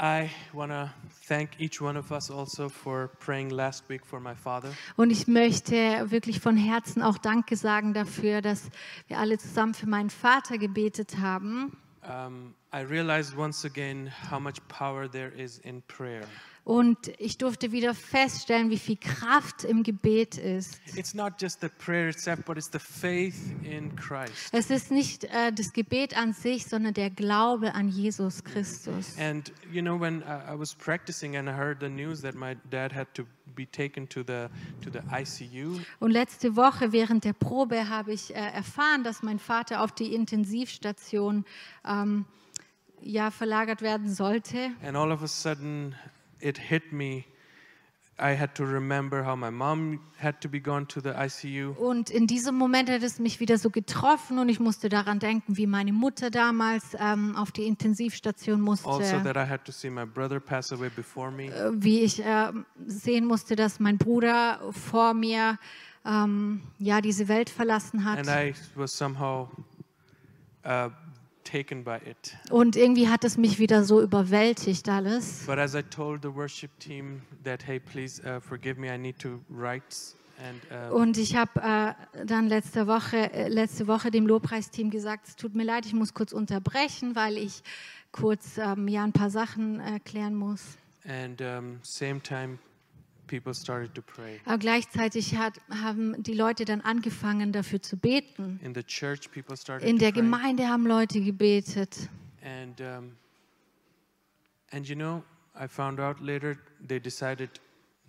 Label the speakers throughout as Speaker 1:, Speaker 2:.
Speaker 1: I want to thank each one of us also for praying last week for my father.
Speaker 2: Und ich möchte wirklich von Herzen auch Danke sagen dafür, dass wir alle zusammen für meinen Vater gebetet haben.
Speaker 1: Um, I realized once again how much power there is in prayer.
Speaker 2: Und ich durfte wieder feststellen, wie viel Kraft im Gebet ist.
Speaker 1: It's not just the prayer itself, but it's the faith in Christ.
Speaker 2: Es ist nicht äh, das Gebet an sich, sondern der Glaube an Jesus Christus.
Speaker 1: And you know, when uh, I, I was practicing and I heard the news that my dad had to be taken to the to the ICU,
Speaker 2: Und letzte Woche während der Probe habe ich äh, erfahren, dass mein Vater auf die Intensivstation ähm, ja, verlagert werden sollte.
Speaker 1: and all of a sudden it hit me. I had to remember how my mom had to be gone to the ICU.
Speaker 2: Und in diesem Moment hat es mich wieder so getroffen und ich musste daran denken, wie meine Mutter damals ähm, auf die Intensivstation musste.
Speaker 1: Also that I had to see my brother pass away before me.
Speaker 2: äh, wie ich äh, sehen musste, dass mein Bruder vor mir ähm, ja diese Welt verlassen hat.
Speaker 1: and I was somehow uh, taken by it.
Speaker 2: Und irgendwie hat es mich wieder so überwältigt alles.
Speaker 1: But as I told the worship team that, hey, please uh, forgive me, I need to write. And uh,
Speaker 2: Und ich habe äh, dann letzte Woche, äh, letzte Woche dem Lobpreisteam gesagt, es tut mir leid, ich muss kurz unterbrechen, weil ich kurz ähm, ja ein paar Sachen äh, klären muss.
Speaker 1: and um, same time, people started to pray.
Speaker 2: Aber gleichzeitig hat, haben die Leute dann angefangen, dafür zu beten.
Speaker 1: In the church, people started
Speaker 2: In
Speaker 1: to
Speaker 2: der
Speaker 1: pray.
Speaker 2: Gemeinde haben Leute gebetet.
Speaker 1: And um, and you know, I found out later they decided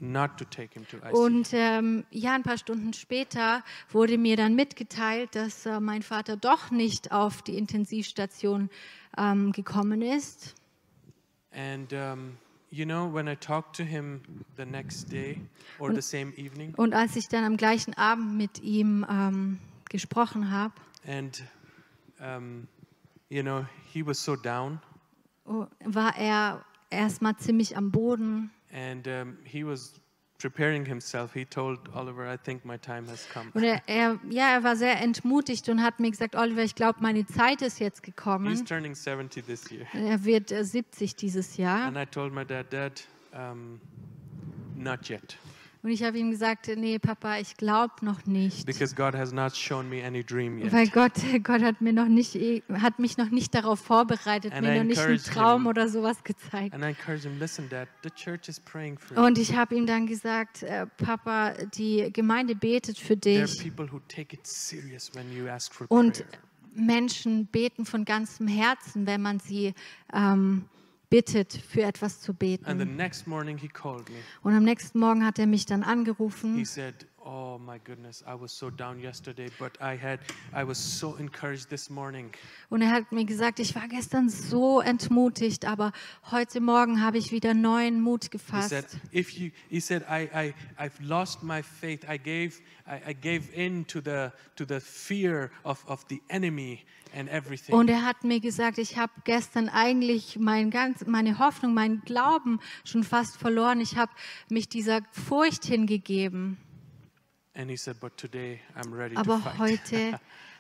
Speaker 1: not to take him to ICU.
Speaker 2: Und ähm, ja, ein paar Stunden später wurde mir dann mitgeteilt, dass äh, mein Vater doch nicht auf die Intensivstation ähm, gekommen ist.
Speaker 1: and um, you know, when I talked to him the next day or the same evening,
Speaker 2: Und als ich dann am gleichen Abend mit ihm ähm, gesprochen habe,
Speaker 1: and um, you know, he was so down.
Speaker 2: oh, war er erstmal ziemlich am Boden.
Speaker 1: And um, he was preparing himself. He told Oliver, I think my time has come.
Speaker 2: Und er, er, ja, er war sehr entmutigt und hat mir gesagt, Oliver, ich glaube, meine Zeit ist jetzt
Speaker 1: He's
Speaker 2: gekommen.
Speaker 1: turning 70 this year.
Speaker 2: Er wird äh, 70 dieses Jahr.
Speaker 1: And I told my dad, Dad, um, not yet.
Speaker 2: Und ich habe ihm gesagt, äh, nee, Papa, ich glaube noch nicht.
Speaker 1: Because God has not shown me any dream
Speaker 2: Weil
Speaker 1: yet.
Speaker 2: Gott, äh, Gott hat, mir noch nicht, eh- hat mich noch nicht darauf vorbereitet,
Speaker 1: And I
Speaker 2: mir noch nicht einen
Speaker 1: encouraged
Speaker 2: Traum
Speaker 1: him.
Speaker 2: oder sowas gezeigt.
Speaker 1: And I encouraged him, listen, Dad, the church is praying for you.
Speaker 2: Und ich habe ihm dann gesagt, äh, Papa, die Gemeinde betet für
Speaker 1: There are
Speaker 2: dich
Speaker 1: people who take it serious when you ask for
Speaker 2: und
Speaker 1: prayer.
Speaker 2: Menschen beten von ganzem Herzen, wenn man sie ähm, bittet, für etwas zu
Speaker 1: And the
Speaker 2: beten.
Speaker 1: next morning he called me.
Speaker 2: Und am nächsten Morgen hat er mich dann
Speaker 1: He
Speaker 2: angerufen
Speaker 1: said, "Oh my goodness, I was so down yesterday, but I had I was so encouraged this morning."
Speaker 2: und er hat mir gesagt, ich war gestern so entmutigt, aber heute Morgen habe ich wieder neuen Mut
Speaker 1: He said,
Speaker 2: gefasst.
Speaker 1: if you, he said, I, I, I've lost my faith. I gave, I, I gave in to the, to the fear of, of the enemy and everything.
Speaker 2: Und er hat mir gesagt, ich habe gestern eigentlich mein ganz, meine Hoffnung, meinen Glauben schon fast verloren. Ich habe mich dieser Furcht hingegeben.
Speaker 1: and he said, but today I'm ready to
Speaker 2: Aber
Speaker 1: fight.
Speaker 2: heute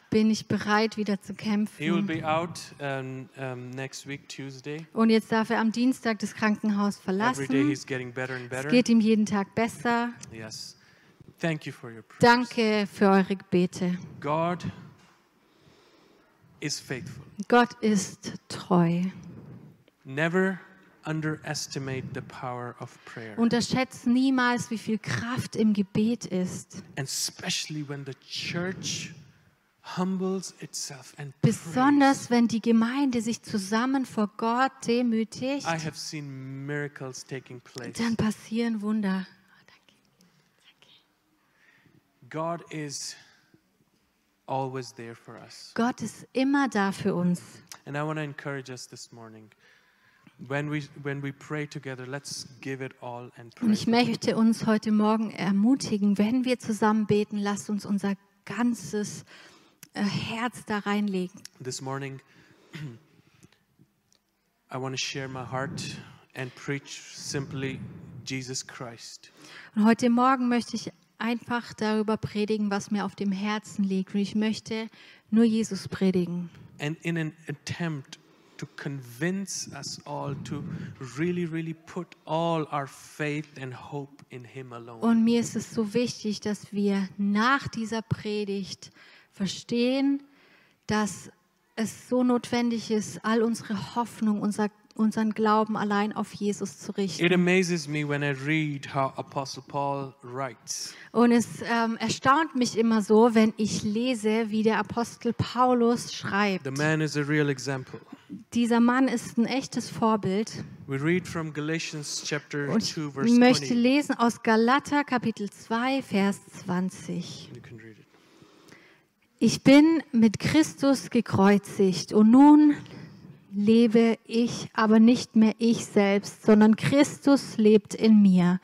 Speaker 2: bin ich bereit, wieder zu
Speaker 1: he will
Speaker 2: kämpfen.
Speaker 1: be out um, um, next week, Tuesday.
Speaker 2: Und jetzt darf er am Dienstag das Krankenhaus
Speaker 1: Every day
Speaker 2: verlassen.
Speaker 1: he's getting better and
Speaker 2: Es
Speaker 1: better.
Speaker 2: geht ihm jeden Tag besser.
Speaker 1: Yes. Thank you for your prayers.
Speaker 2: Danke für eure Gebete.
Speaker 1: God is faithful.
Speaker 2: Gott ist treu.
Speaker 1: Never underestimate the power of prayer.
Speaker 2: Unterschätzt niemals, wie viel Kraft im Gebet ist.
Speaker 1: And especially when the church humbles itself and prays.
Speaker 2: Besonders wenn die Gemeinde sich zusammen vor Gott demütigt,
Speaker 1: I have seen miracles taking place.
Speaker 2: dann passieren Wunder.
Speaker 1: God is always there for us.
Speaker 2: Gott ist immer da für uns.
Speaker 1: And I want to encourage us this morning. When we when we pray together, let's give it all and
Speaker 2: Und
Speaker 1: pray.
Speaker 2: ich möchte uns heute Morgen ermutigen, wenn wir zusammen beten, lasst uns unser ganzes äh, Herz da reinlegen.
Speaker 1: This morning I want to share my heart and preach simply Jesus Christ.
Speaker 2: Und heute Morgen möchte ich einfach darüber predigen, was mir auf dem Herzen liegt. Und ich möchte nur Jesus predigen.
Speaker 1: And in an attempt to convince us all to really, really put all our faith and hope in Him alone.
Speaker 2: Und mir ist es so wichtig, dass wir nach dieser Predigt verstehen, dass es so notwendig ist, all unsere Hoffnung, unser, unseren Glauben allein auf Jesus zu richten.
Speaker 1: It amazes me when I read how Apostle Paul writes.
Speaker 2: Und es ähm, erstaunt mich immer so, wenn ich lese, wie der Apostel Paulus schreibt.
Speaker 1: The man is a real example.
Speaker 2: Dieser Mann ist ein echtes Vorbild.
Speaker 1: We read from Galatians chapter
Speaker 2: Und
Speaker 1: 2,
Speaker 2: ich
Speaker 1: verse
Speaker 2: möchte
Speaker 1: 20.
Speaker 2: lesen aus Galater Kapitel 2, Vers 20.
Speaker 1: You can read it.
Speaker 2: Ich bin mit Christus gekreuzigt und nun lebe ich, aber nicht mehr ich selbst, sondern Christus lebt in mir.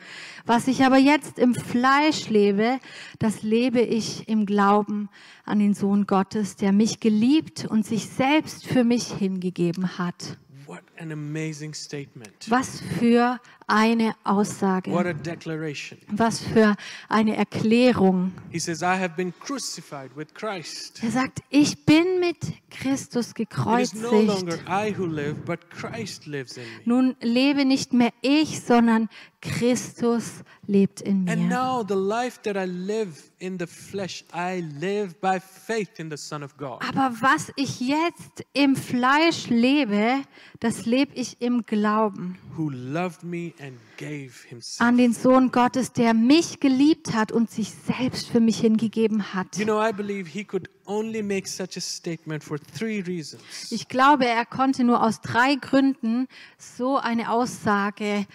Speaker 2: Was ich aber jetzt im Fleisch lebe, das lebe ich im Glauben an den Sohn Gottes, der mich geliebt und sich selbst für mich hingegeben hat.
Speaker 1: What an amazing statement.
Speaker 2: Was für eine
Speaker 1: What
Speaker 2: Aussage,
Speaker 1: a declaration.
Speaker 2: was für eine Erklärung.
Speaker 1: He says, I have been crucified with Christ.
Speaker 2: Er sagt, ich bin mit Christus
Speaker 1: It is no
Speaker 2: gekreuzigt.
Speaker 1: longer I who live, but Christ lives in me.
Speaker 2: Nun lebe nicht mehr ich, sondern Christus lebt in
Speaker 1: And
Speaker 2: mir.
Speaker 1: now the life that I live in the flesh, I live by faith in the Son of God.
Speaker 2: Aber was ich jetzt im Fleisch lebe, das lebe ich im Glauben
Speaker 1: who loved me and gave himself.
Speaker 2: an den Sohn Gottes, der mich geliebt hat und sich selbst für mich hingegeben hat.
Speaker 1: You know, I believe he could only make such a statement for three reasons.
Speaker 2: Ich glaube, er konnte nur aus drei Gründen so eine Aussage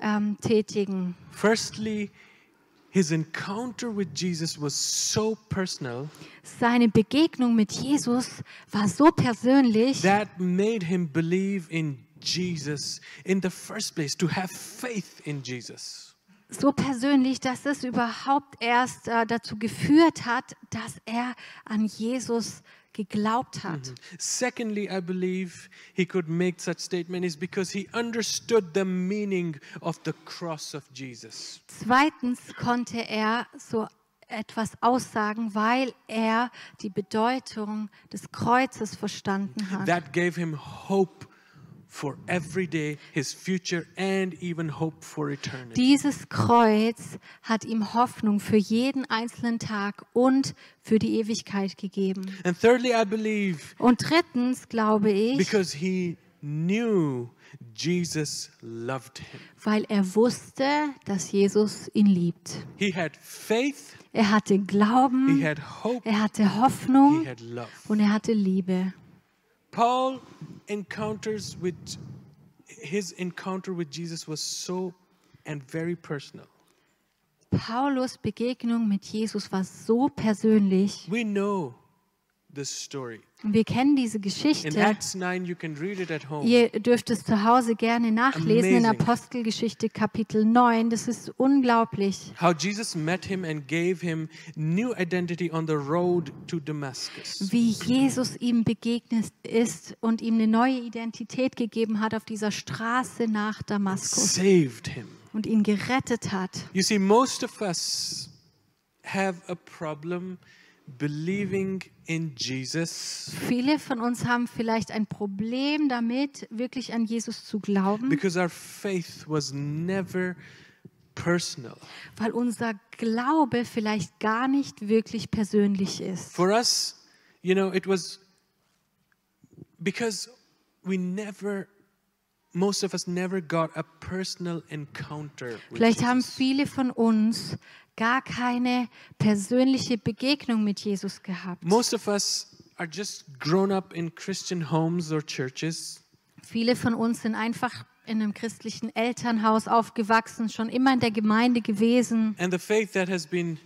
Speaker 2: ähm, tätigen.
Speaker 1: Firstly, his encounter with Jesus was so personal
Speaker 2: Seine Begegnung mit Jesus war so persönlich,
Speaker 1: that made him believe in Jesus in the first place, to have faith in Jesus.
Speaker 2: so persönlich, dass es überhaupt erst äh, dazu geführt hat, dass er an Jesus geglaubt hat.
Speaker 1: Mhm. Secondly, I believe he could make such statement is because he understood the meaning of the cross of Jesus.
Speaker 2: Zweitens konnte er so etwas aussagen, weil er die Bedeutung des Kreuzes verstanden hat.
Speaker 1: that gave him hope for every day, his future, and even hope for eternity.
Speaker 2: Dieses Kreuz hat ihm Hoffnung für jeden einzelnen Tag und für die Ewigkeit gegeben.
Speaker 1: And thirdly, I believe
Speaker 2: Und drittens glaube ich,
Speaker 1: because he knew Jesus loved him.
Speaker 2: weil er wusste, dass Jesus ihn liebt.
Speaker 1: He had faith,
Speaker 2: Er hatte Glauben.
Speaker 1: he had hope,
Speaker 2: Er hatte
Speaker 1: he
Speaker 2: Hoffnung
Speaker 1: had love.
Speaker 2: und er hatte Liebe.
Speaker 1: Paul encounters with his encounter with Jesus was so and very personal.
Speaker 2: Paulus Begegnung mit Jesus war so persönlich.
Speaker 1: We know this story.
Speaker 2: Und Wir kennen diese
Speaker 1: In
Speaker 2: Geschichte.
Speaker 1: Acts 9 you can read it at home.
Speaker 2: Ihr dürft es zu Hause gerne nachlesen in
Speaker 1: Amazing.
Speaker 2: Apostelgeschichte Kapitel 9. Das ist unglaublich,
Speaker 1: how Jesus met him and gave him new identity on the road to Damascus.
Speaker 2: wie Jesus ihm begegnet ist und ihm eine neue Identität gegeben hat auf dieser Straße nach Damaskus
Speaker 1: Saved him.
Speaker 2: und ihn gerettet hat.
Speaker 1: You see, most of us have a problem believing in Jesus
Speaker 2: Viele von uns haben vielleicht ein Problem damit, wirklich an Jesus zu glauben.
Speaker 1: because our faith was never personal.
Speaker 2: weil unser Glaube vielleicht gar nicht wirklich persönlich ist.
Speaker 1: For us, you know, it was because we never, most of us never got a personal encounter with
Speaker 2: Vielleicht haben
Speaker 1: Jesus.
Speaker 2: viele von uns gar keine persönliche Begegnung mit Jesus gehabt.
Speaker 1: Most of us are just grown up in Christian homes or churches,
Speaker 2: Viele von uns sind einfach in einem christlichen Elternhaus aufgewachsen, schon immer in der Gemeinde gewesen.
Speaker 1: and the faith that has been,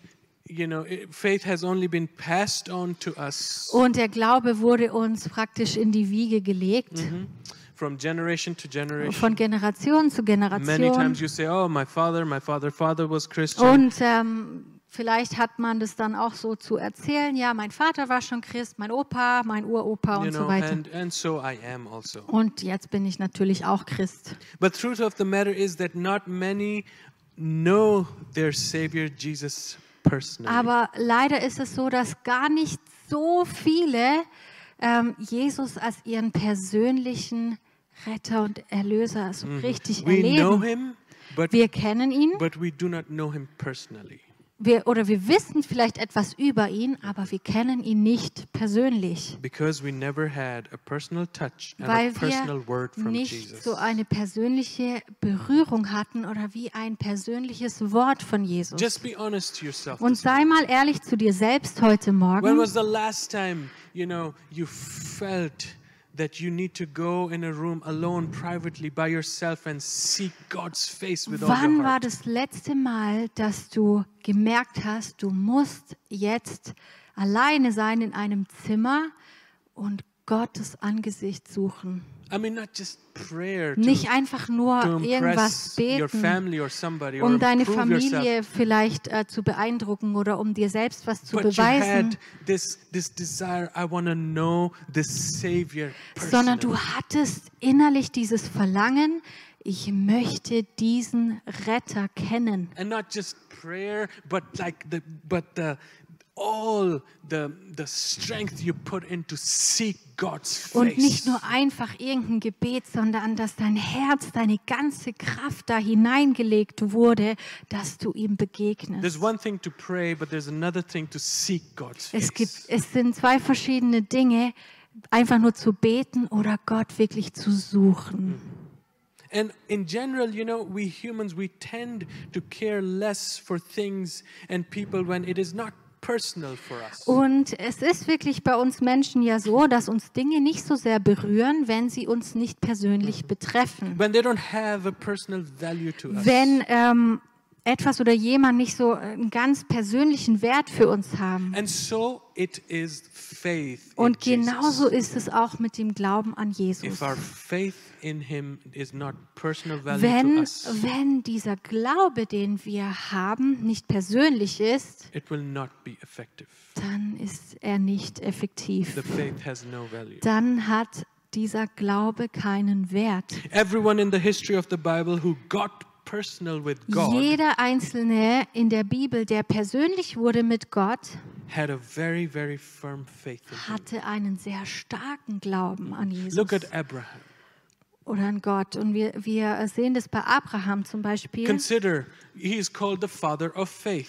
Speaker 1: you know, i- faith has only been passed on to us
Speaker 2: Und der Glaube wurde uns praktisch in die Wiege gelegt,
Speaker 1: Mhm. from generation to generation.
Speaker 2: von Generation zu
Speaker 1: Many
Speaker 2: Generation.
Speaker 1: times you say, "Oh, my father, my father, father was Christian,"
Speaker 2: Und ähm, vielleicht hat man das dann auch so zu erzählen, ja, mein Vater war schon Christ, mein Opa, mein Uropa
Speaker 1: you
Speaker 2: und so
Speaker 1: know,
Speaker 2: weiter.
Speaker 1: and and so I am also.
Speaker 2: Und jetzt bin ich natürlich auch Christ.
Speaker 1: But truth of the matter is that not many know their Savior Jesus personally.
Speaker 2: Aber leider ist es so, dass gar nicht so viele ähm, Jesus als ihren persönlichen Retter und Erlöser so richtig
Speaker 1: Mhm. We know
Speaker 2: erleben.
Speaker 1: him, but,
Speaker 2: Wir kennen ihn
Speaker 1: but we do not know him personally.
Speaker 2: wir, oder wir wissen vielleicht etwas über ihn, aber wir kennen ihn nicht persönlich,
Speaker 1: Because we never had a personal touch and
Speaker 2: weil
Speaker 1: a personal
Speaker 2: wir
Speaker 1: word from
Speaker 2: nicht
Speaker 1: Jesus.
Speaker 2: so eine persönliche Berührung hatten oder wie ein persönliches Wort von Jesus.
Speaker 1: Just be honest to yourself.
Speaker 2: Und
Speaker 1: this
Speaker 2: sei mal ehrlich zu dir selbst heute
Speaker 1: When
Speaker 2: Morgen.
Speaker 1: was the last time, you know, you felt that you need to go in a room alone privately by yourself and seek God's face with all
Speaker 2: Wann
Speaker 1: your
Speaker 2: war
Speaker 1: heart?
Speaker 2: das letzte Mal, dass du gemerkt hast, du musst jetzt alleine sein in einem Zimmer und Gottes Angesicht suchen?
Speaker 1: I mean, not just prayer to,
Speaker 2: Nicht einfach nur
Speaker 1: to
Speaker 2: irgendwas
Speaker 1: impress your
Speaker 2: uh, beten,
Speaker 1: family or somebody or
Speaker 2: um deine
Speaker 1: improve yourself.
Speaker 2: Familie vielleicht äh, zu beeindrucken oder um dir selbst was zu
Speaker 1: But you had
Speaker 2: beweisen,
Speaker 1: this, this desire, I want to know the Savior
Speaker 2: sondern du
Speaker 1: personally.
Speaker 2: hattest innerlich dieses Verlangen, ich möchte diesen Retter kennen.
Speaker 1: and not just prayer but like the but the all the the strength you put into seek god's
Speaker 2: Und nicht
Speaker 1: face
Speaker 2: nur einfach irgendein Gebet, sondern dass dein Herz, deine ganze Kraft da hineingelegt wurde, dass du ihm begegnest.
Speaker 1: there's one thing to pray but there's another thing to seek god's
Speaker 2: Es, gibt,
Speaker 1: face
Speaker 2: es sind zwei verschiedene Dinge, einfach nur zu beten oder Gott wirklich zu
Speaker 1: Mhm.
Speaker 2: suchen.
Speaker 1: and in general you know we humans we tend to care less for things and people when it is not personal for us
Speaker 2: Und es ist wirklich bei uns Menschen ja so, dass uns Dinge nicht so sehr berühren, wenn sie uns nicht
Speaker 1: Mhm.
Speaker 2: persönlich betreffen.
Speaker 1: when they don't have a personal value to us
Speaker 2: Wenn ähm, etwas oder jemand nicht so äh, einen ganz persönlichen Wert für uns haben.
Speaker 1: and so it is faith in
Speaker 2: Und
Speaker 1: Jesus.
Speaker 2: genauso ist es auch mit dem Glauben an Jesus.
Speaker 1: If our faith in him is not personal value to
Speaker 2: Wenn,
Speaker 1: us,
Speaker 2: wenn dieser Glaube, den wir haben, nicht persönlich ist,
Speaker 1: it will not be effective.
Speaker 2: dann ist er nicht
Speaker 1: The
Speaker 2: effektiv.
Speaker 1: faith has no value.
Speaker 2: Dann hat dieser Glaube keinen Wert.
Speaker 1: Everyone in the history of the Bible who got personal with God
Speaker 2: Jeder Einzelne in der Bibel, der persönlich wurde mit Gott,
Speaker 1: had a very, very firm faith in him.
Speaker 2: hatte einen sehr starken Glauben an Jesus
Speaker 1: Look at Abraham.
Speaker 2: oder an Gott. Und wir, wir sehen das bei Abraham zum Beispiel.
Speaker 1: Consider, he is called the father of faith.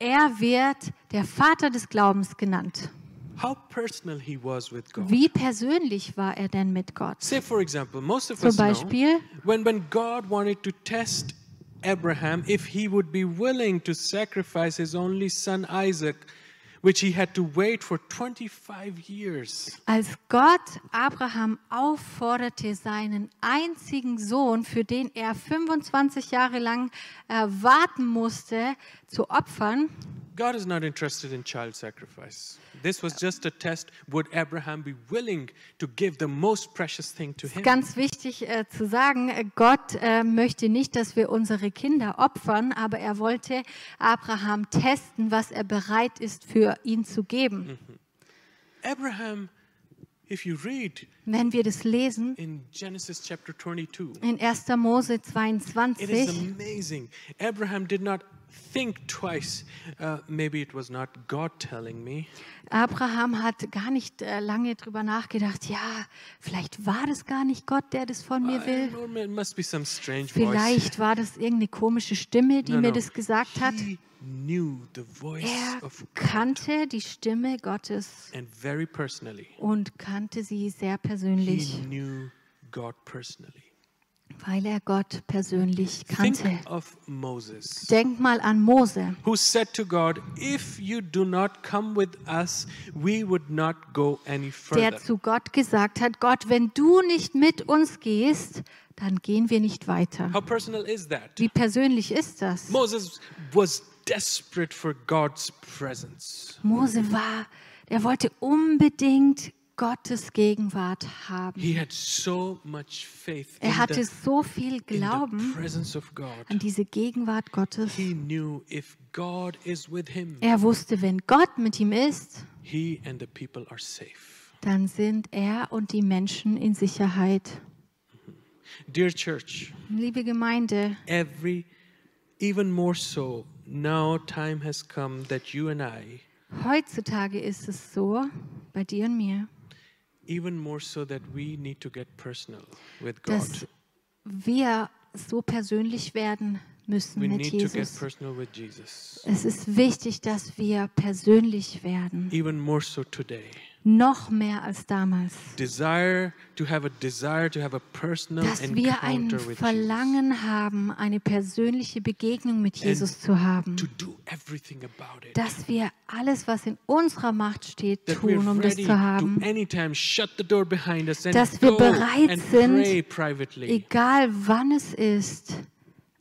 Speaker 2: Er wird der Vater des Glaubens genannt.
Speaker 1: How personal he was with God.
Speaker 2: Wie persönlich war er denn mit Gott?
Speaker 1: Say, for example, most of
Speaker 2: Zum
Speaker 1: us know
Speaker 2: Beispiel?
Speaker 1: when, when God wanted to test Abraham if he would be willing to sacrifice his only son Isaac, which he had to wait for 25 years.
Speaker 2: Als Gott Abraham aufforderte, seinen einzigen Sohn, für den er 25 Jahre lang äh, warten musste, zu opfern,
Speaker 1: God is not interested in child sacrifice. This was just a test. Would Abraham be willing to give the most precious thing to him?
Speaker 2: ganz wichtig äh, zu sagen, äh, Gott äh, möchte nicht, dass wir unsere Kinder opfern, aber er wollte Abraham testen, was er bereit ist, für ihn zu geben.
Speaker 1: Abraham, if you read
Speaker 2: Wenn wir das lesen,
Speaker 1: in Genesis chapter 22,
Speaker 2: in 1. Mose
Speaker 1: It is
Speaker 2: 22,
Speaker 1: amazing. Abraham did not think twice. Uh, maybe it was not God telling me.
Speaker 2: Abraham hat gar nicht äh, lange drüber nachgedacht, ja, vielleicht war das gar nicht Gott, der das von mir
Speaker 1: I
Speaker 2: will.
Speaker 1: don't know, it must be some strange voice.
Speaker 2: Vielleicht war das irgendeine komische Stimme, die
Speaker 1: No,
Speaker 2: mir
Speaker 1: no.
Speaker 2: das gesagt hat.
Speaker 1: He knew the voice
Speaker 2: Er
Speaker 1: of God
Speaker 2: kannte die Stimme Gottes
Speaker 1: and very personally.
Speaker 2: und kannte sie sehr
Speaker 1: He
Speaker 2: persönlich,
Speaker 1: knew God personally.
Speaker 2: weil er Gott persönlich kannte.
Speaker 1: Think of Moses.
Speaker 2: Denk mal an Mose.
Speaker 1: Who said to God, If you do not come with us, we would not go any
Speaker 2: der
Speaker 1: further.
Speaker 2: zu Gott gesagt hat, Gott, wenn du nicht mit uns gehst, dann gehen wir nicht weiter.
Speaker 1: How personal is that?
Speaker 2: Wie persönlich ist das?
Speaker 1: Moses was desperate for God's presence.
Speaker 2: Mose war, er wollte unbedingt Gottes Gegenwart haben.
Speaker 1: He had so much faith
Speaker 2: Er
Speaker 1: in,
Speaker 2: hatte
Speaker 1: the,
Speaker 2: so viel
Speaker 1: in the
Speaker 2: Glauben
Speaker 1: presence of God.
Speaker 2: an diese Gegenwart Gottes.
Speaker 1: He knew if God is with him,
Speaker 2: Er wusste, wenn Gott mit ihm ist,
Speaker 1: he and the people are safe.
Speaker 2: dann sind er und die Menschen in Sicherheit.
Speaker 1: Dear church,
Speaker 2: Liebe Gemeinde,
Speaker 1: every even more so now time has come that you and I
Speaker 2: heutzutage ist es so, bei dir und mir,
Speaker 1: even more so that we need to get personal with God.
Speaker 2: dass wir so persönlich werden müssen
Speaker 1: we
Speaker 2: mit
Speaker 1: need to get
Speaker 2: Jesus.
Speaker 1: personal with Jesus.
Speaker 2: Es ist wichtig, dass wir persönlich werden,
Speaker 1: Even more so today.
Speaker 2: noch mehr als damals.
Speaker 1: Desire to have a desire to have a personal
Speaker 2: Dass wir ein
Speaker 1: encounter with Jesus.
Speaker 2: Verlangen haben, eine persönliche Begegnung mit Jesus zu haben.
Speaker 1: To do everything about it.
Speaker 2: Dass wir alles, was in unserer Macht steht,
Speaker 1: that we're
Speaker 2: tun, um das
Speaker 1: ready
Speaker 2: zu
Speaker 1: to
Speaker 2: haben.
Speaker 1: anytime shut the door behind us and
Speaker 2: Dass wir
Speaker 1: go
Speaker 2: bereit
Speaker 1: and
Speaker 2: sind,
Speaker 1: pray privately.
Speaker 2: Egal wann es ist,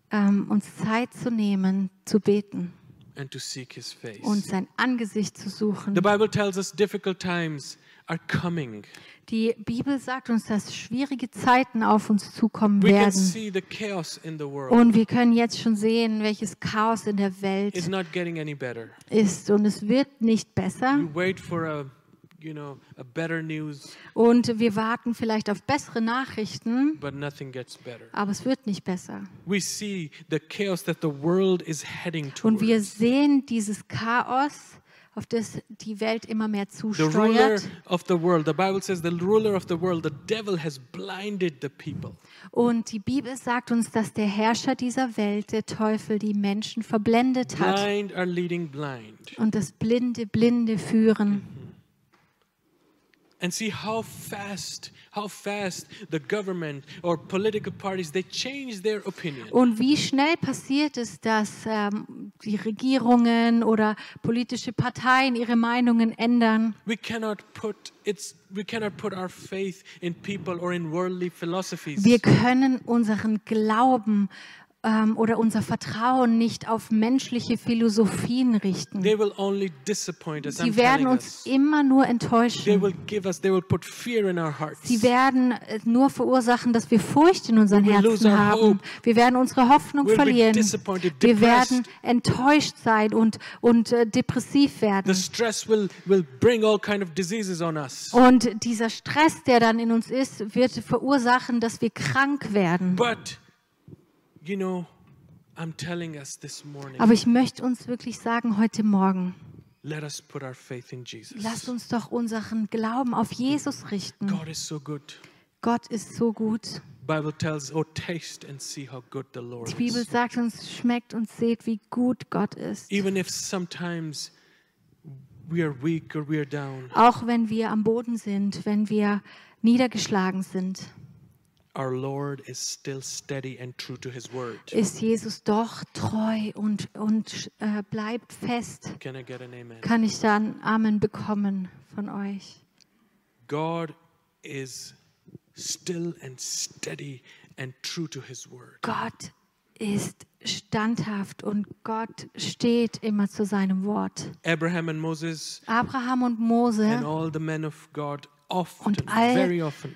Speaker 2: ähm, uns Zeit zu nehmen, zu beten
Speaker 1: and to seek his face.
Speaker 2: und sein Angesicht zu suchen.
Speaker 1: The Bible tells us difficult times are coming.
Speaker 2: Die Bibel sagt uns, dass schwierige Zeiten auf uns zukommen
Speaker 1: We can
Speaker 2: werden.
Speaker 1: see the chaos in the world.
Speaker 2: Und wir können jetzt schon sehen, welches Chaos in der
Speaker 1: It's
Speaker 2: Welt
Speaker 1: not getting any better.
Speaker 2: ist. Und es wird nicht besser.
Speaker 1: You wait for a, you know, a better news,
Speaker 2: Und wir warten vielleicht auf bessere Nachrichten,
Speaker 1: but nothing gets better.
Speaker 2: aber es wird nicht besser.
Speaker 1: We see the chaos that the world is heading
Speaker 2: Und wir
Speaker 1: towards.
Speaker 2: sehen dieses Chaos, auf das die Welt immer mehr
Speaker 1: The ruler
Speaker 2: zusteuert.
Speaker 1: of the world, the Bible says, the ruler of the world, the devil has blinded the people.
Speaker 2: Und die Bibel sagt uns, dass der Herrscher dieser Welt, der Teufel, die Menschen verblendet hat.
Speaker 1: Blind are leading blind.
Speaker 2: Und das Blinde, Blinde führen.
Speaker 1: and see how fast how fast the government or political parties they change their opinion
Speaker 2: Und wie schnell passiert es, dass ähm, die Regierungen oder politische Parteien ihre Meinungen ändern?
Speaker 1: we cannot put it's we cannot put our faith in people or in worldly philosophies
Speaker 2: Wir können unseren Glauben ähm, oder unser Vertrauen nicht auf menschliche Philosophien richten.
Speaker 1: they will only disappoint us I'm
Speaker 2: Sie werden
Speaker 1: telling
Speaker 2: uns
Speaker 1: us.
Speaker 2: immer nur
Speaker 1: they
Speaker 2: enttäuschen.
Speaker 1: will give us they will put fear in our hearts
Speaker 2: Sie werden äh, nur verursachen, dass wir Furcht in unseren
Speaker 1: We will lose
Speaker 2: Herzen
Speaker 1: our
Speaker 2: haben.
Speaker 1: hope.
Speaker 2: Wir werden unsere Hoffnung
Speaker 1: We'll be
Speaker 2: verlieren.
Speaker 1: disappointed,
Speaker 2: Wir
Speaker 1: depressed.
Speaker 2: werden enttäuscht sein und, und äh, depressiv
Speaker 1: the
Speaker 2: werden.
Speaker 1: stress will will bring all kind of diseases on us
Speaker 2: Und dieser Stress, der dann in uns ist, wird verursachen, dass wir krank werden.
Speaker 1: but you know i'm telling us this morning
Speaker 2: Aber ich möchte uns wirklich sagen, heute Morgen,
Speaker 1: let us put our faith in jesus
Speaker 2: lasst uns doch unseren Glauben auf Jesus richten.
Speaker 1: god is so good
Speaker 2: Gott ist so gut.
Speaker 1: Bible tells, "Oh, taste and see how good the Lord
Speaker 2: Die Bibel
Speaker 1: is."
Speaker 2: sagt uns, schmeckt und seht, wie gut Gott ist.
Speaker 1: Even if sometimes we are weak or we are down,
Speaker 2: Auch wenn wir am Boden sind, wenn wir niedergeschlagen sind,
Speaker 1: our Lord is still steady and true to His word.
Speaker 2: ist Jesus doch treu und, und äh, bleibt fest.
Speaker 1: Can I get an amen?
Speaker 2: Kann ich da ein Amen bekommen von euch?
Speaker 1: God is still and steady and true to His word.
Speaker 2: Gott ist standhaft und Gott steht immer zu seinem Wort.
Speaker 1: Abraham and Moses
Speaker 2: Abraham und
Speaker 1: and
Speaker 2: Mose,
Speaker 1: all the men of God often,
Speaker 2: Und all-
Speaker 1: very often,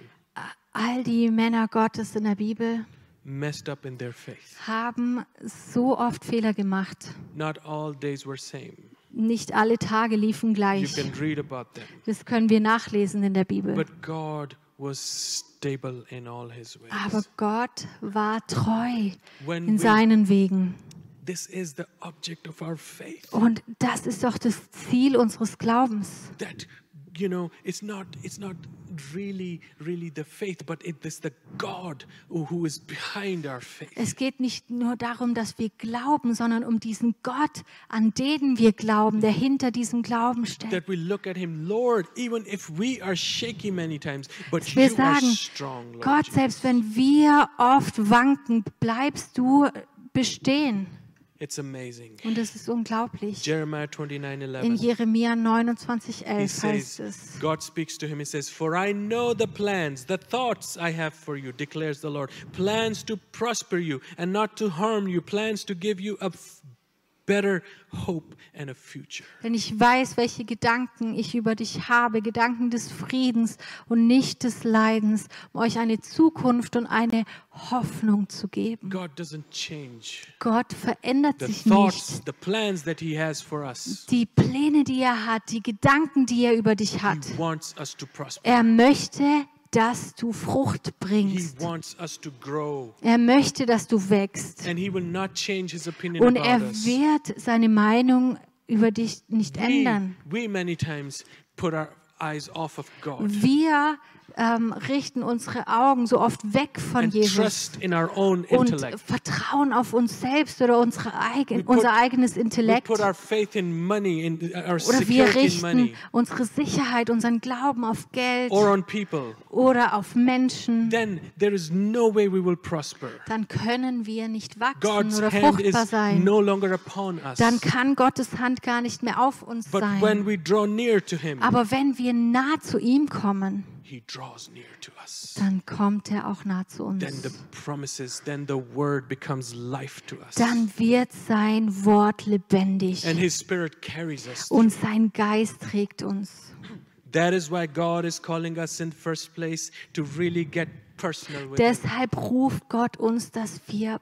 Speaker 2: all die Männer Gottes in der Bibel,
Speaker 1: messed up in their faith.
Speaker 2: haben so oft Fehler gemacht.
Speaker 1: Not all days were same.
Speaker 2: Nicht alle Tage liefen
Speaker 1: You
Speaker 2: gleich.
Speaker 1: can read about them.
Speaker 2: Das können wir nachlesen in der Bibel.
Speaker 1: But God was stable in all his ways.
Speaker 2: Aber Gott war treu
Speaker 1: When
Speaker 2: in
Speaker 1: we-
Speaker 2: seinen Wegen.
Speaker 1: This is the object of our faith.
Speaker 2: Und das ist doch das Ziel unseres Glaubens.
Speaker 1: That you know, it's not it's not really really the faith, but it is the God who who is behind our faith.
Speaker 2: Es geht nicht nur darum, dass wir glauben, sondern um diesen Gott, an den wir glauben, der hinter diesem Glauben steckt.
Speaker 1: That we look at him, Lord, even if we are shaky many times, but
Speaker 2: Wir
Speaker 1: you are
Speaker 2: sagen,
Speaker 1: strong, Lord.
Speaker 2: Gott,
Speaker 1: Jesus.
Speaker 2: selbst wenn wir oft wanken, bleibst du bestehen.
Speaker 1: It's amazing.
Speaker 2: Und das ist unglaublich.
Speaker 1: Jeremiah twenty nine eleven.
Speaker 2: In Jeremia 29,11
Speaker 1: he
Speaker 2: heißt
Speaker 1: says,
Speaker 2: es,
Speaker 1: God speaks to him. He says, For I know the plans, the thoughts I have for you, declares the Lord. Plans to prosper you and not to harm you, plans to give you a f- better hope and a future.
Speaker 2: denn ich weiß, welche Gedanken ich über dich habe, Gedanken des Friedens und nicht des Leidens, um euch eine Zukunft und eine Hoffnung zu geben.
Speaker 1: God doesn't change
Speaker 2: Gott verändert
Speaker 1: the
Speaker 2: sich nicht.
Speaker 1: thoughts, the plans that he has for us.
Speaker 2: die Pläne, die er hat, die Gedanken, die er über dich hat.
Speaker 1: He wants us to prosper.
Speaker 2: Er möchte, dass du Frucht
Speaker 1: He
Speaker 2: bringst.
Speaker 1: wants us to grow.
Speaker 2: Er möchte, dass du wächst.
Speaker 1: And he will not change his opinion
Speaker 2: Und er
Speaker 1: about us.
Speaker 2: wird seine Meinung über dich nicht
Speaker 1: We,
Speaker 2: ändern.
Speaker 1: we many times put our eyes off of God
Speaker 2: Wir ähm, richten unsere Augen so oft weg von
Speaker 1: and
Speaker 2: Jesus
Speaker 1: trust in our own
Speaker 2: und
Speaker 1: intellect.
Speaker 2: vertrauen auf uns selbst oder unsere eigen,
Speaker 1: put-
Speaker 2: unser eigenes
Speaker 1: We
Speaker 2: Intellekt.
Speaker 1: put our faith in money, in uh, our
Speaker 2: Oder wir
Speaker 1: security in
Speaker 2: richten
Speaker 1: money,
Speaker 2: unsere Sicherheit, unseren Glauben auf Geld
Speaker 1: or on people.
Speaker 2: oder auf Menschen.
Speaker 1: Then there is no way we will prosper.
Speaker 2: Dann können wir nicht wachsen
Speaker 1: God's
Speaker 2: oder
Speaker 1: hand
Speaker 2: fruchtbar
Speaker 1: is
Speaker 2: sein.
Speaker 1: no longer upon us.
Speaker 2: Dann kann Gottes Hand gar nicht mehr auf uns
Speaker 1: But when
Speaker 2: sein.
Speaker 1: we draw near to Him,
Speaker 2: Aber wenn wir nah zu ihm kommen,
Speaker 1: He draws near to us.
Speaker 2: dann kommt er auch nah zu
Speaker 1: Then the
Speaker 2: uns.
Speaker 1: promises, then the word becomes life to us.
Speaker 2: Dann wird sein Wort lebendig
Speaker 1: And His Spirit carries us.
Speaker 2: und sein Geist trägt uns.
Speaker 1: That is why God is calling us in first place to really get personal with Him.
Speaker 2: Deshalb ruft Gott uns, dass wir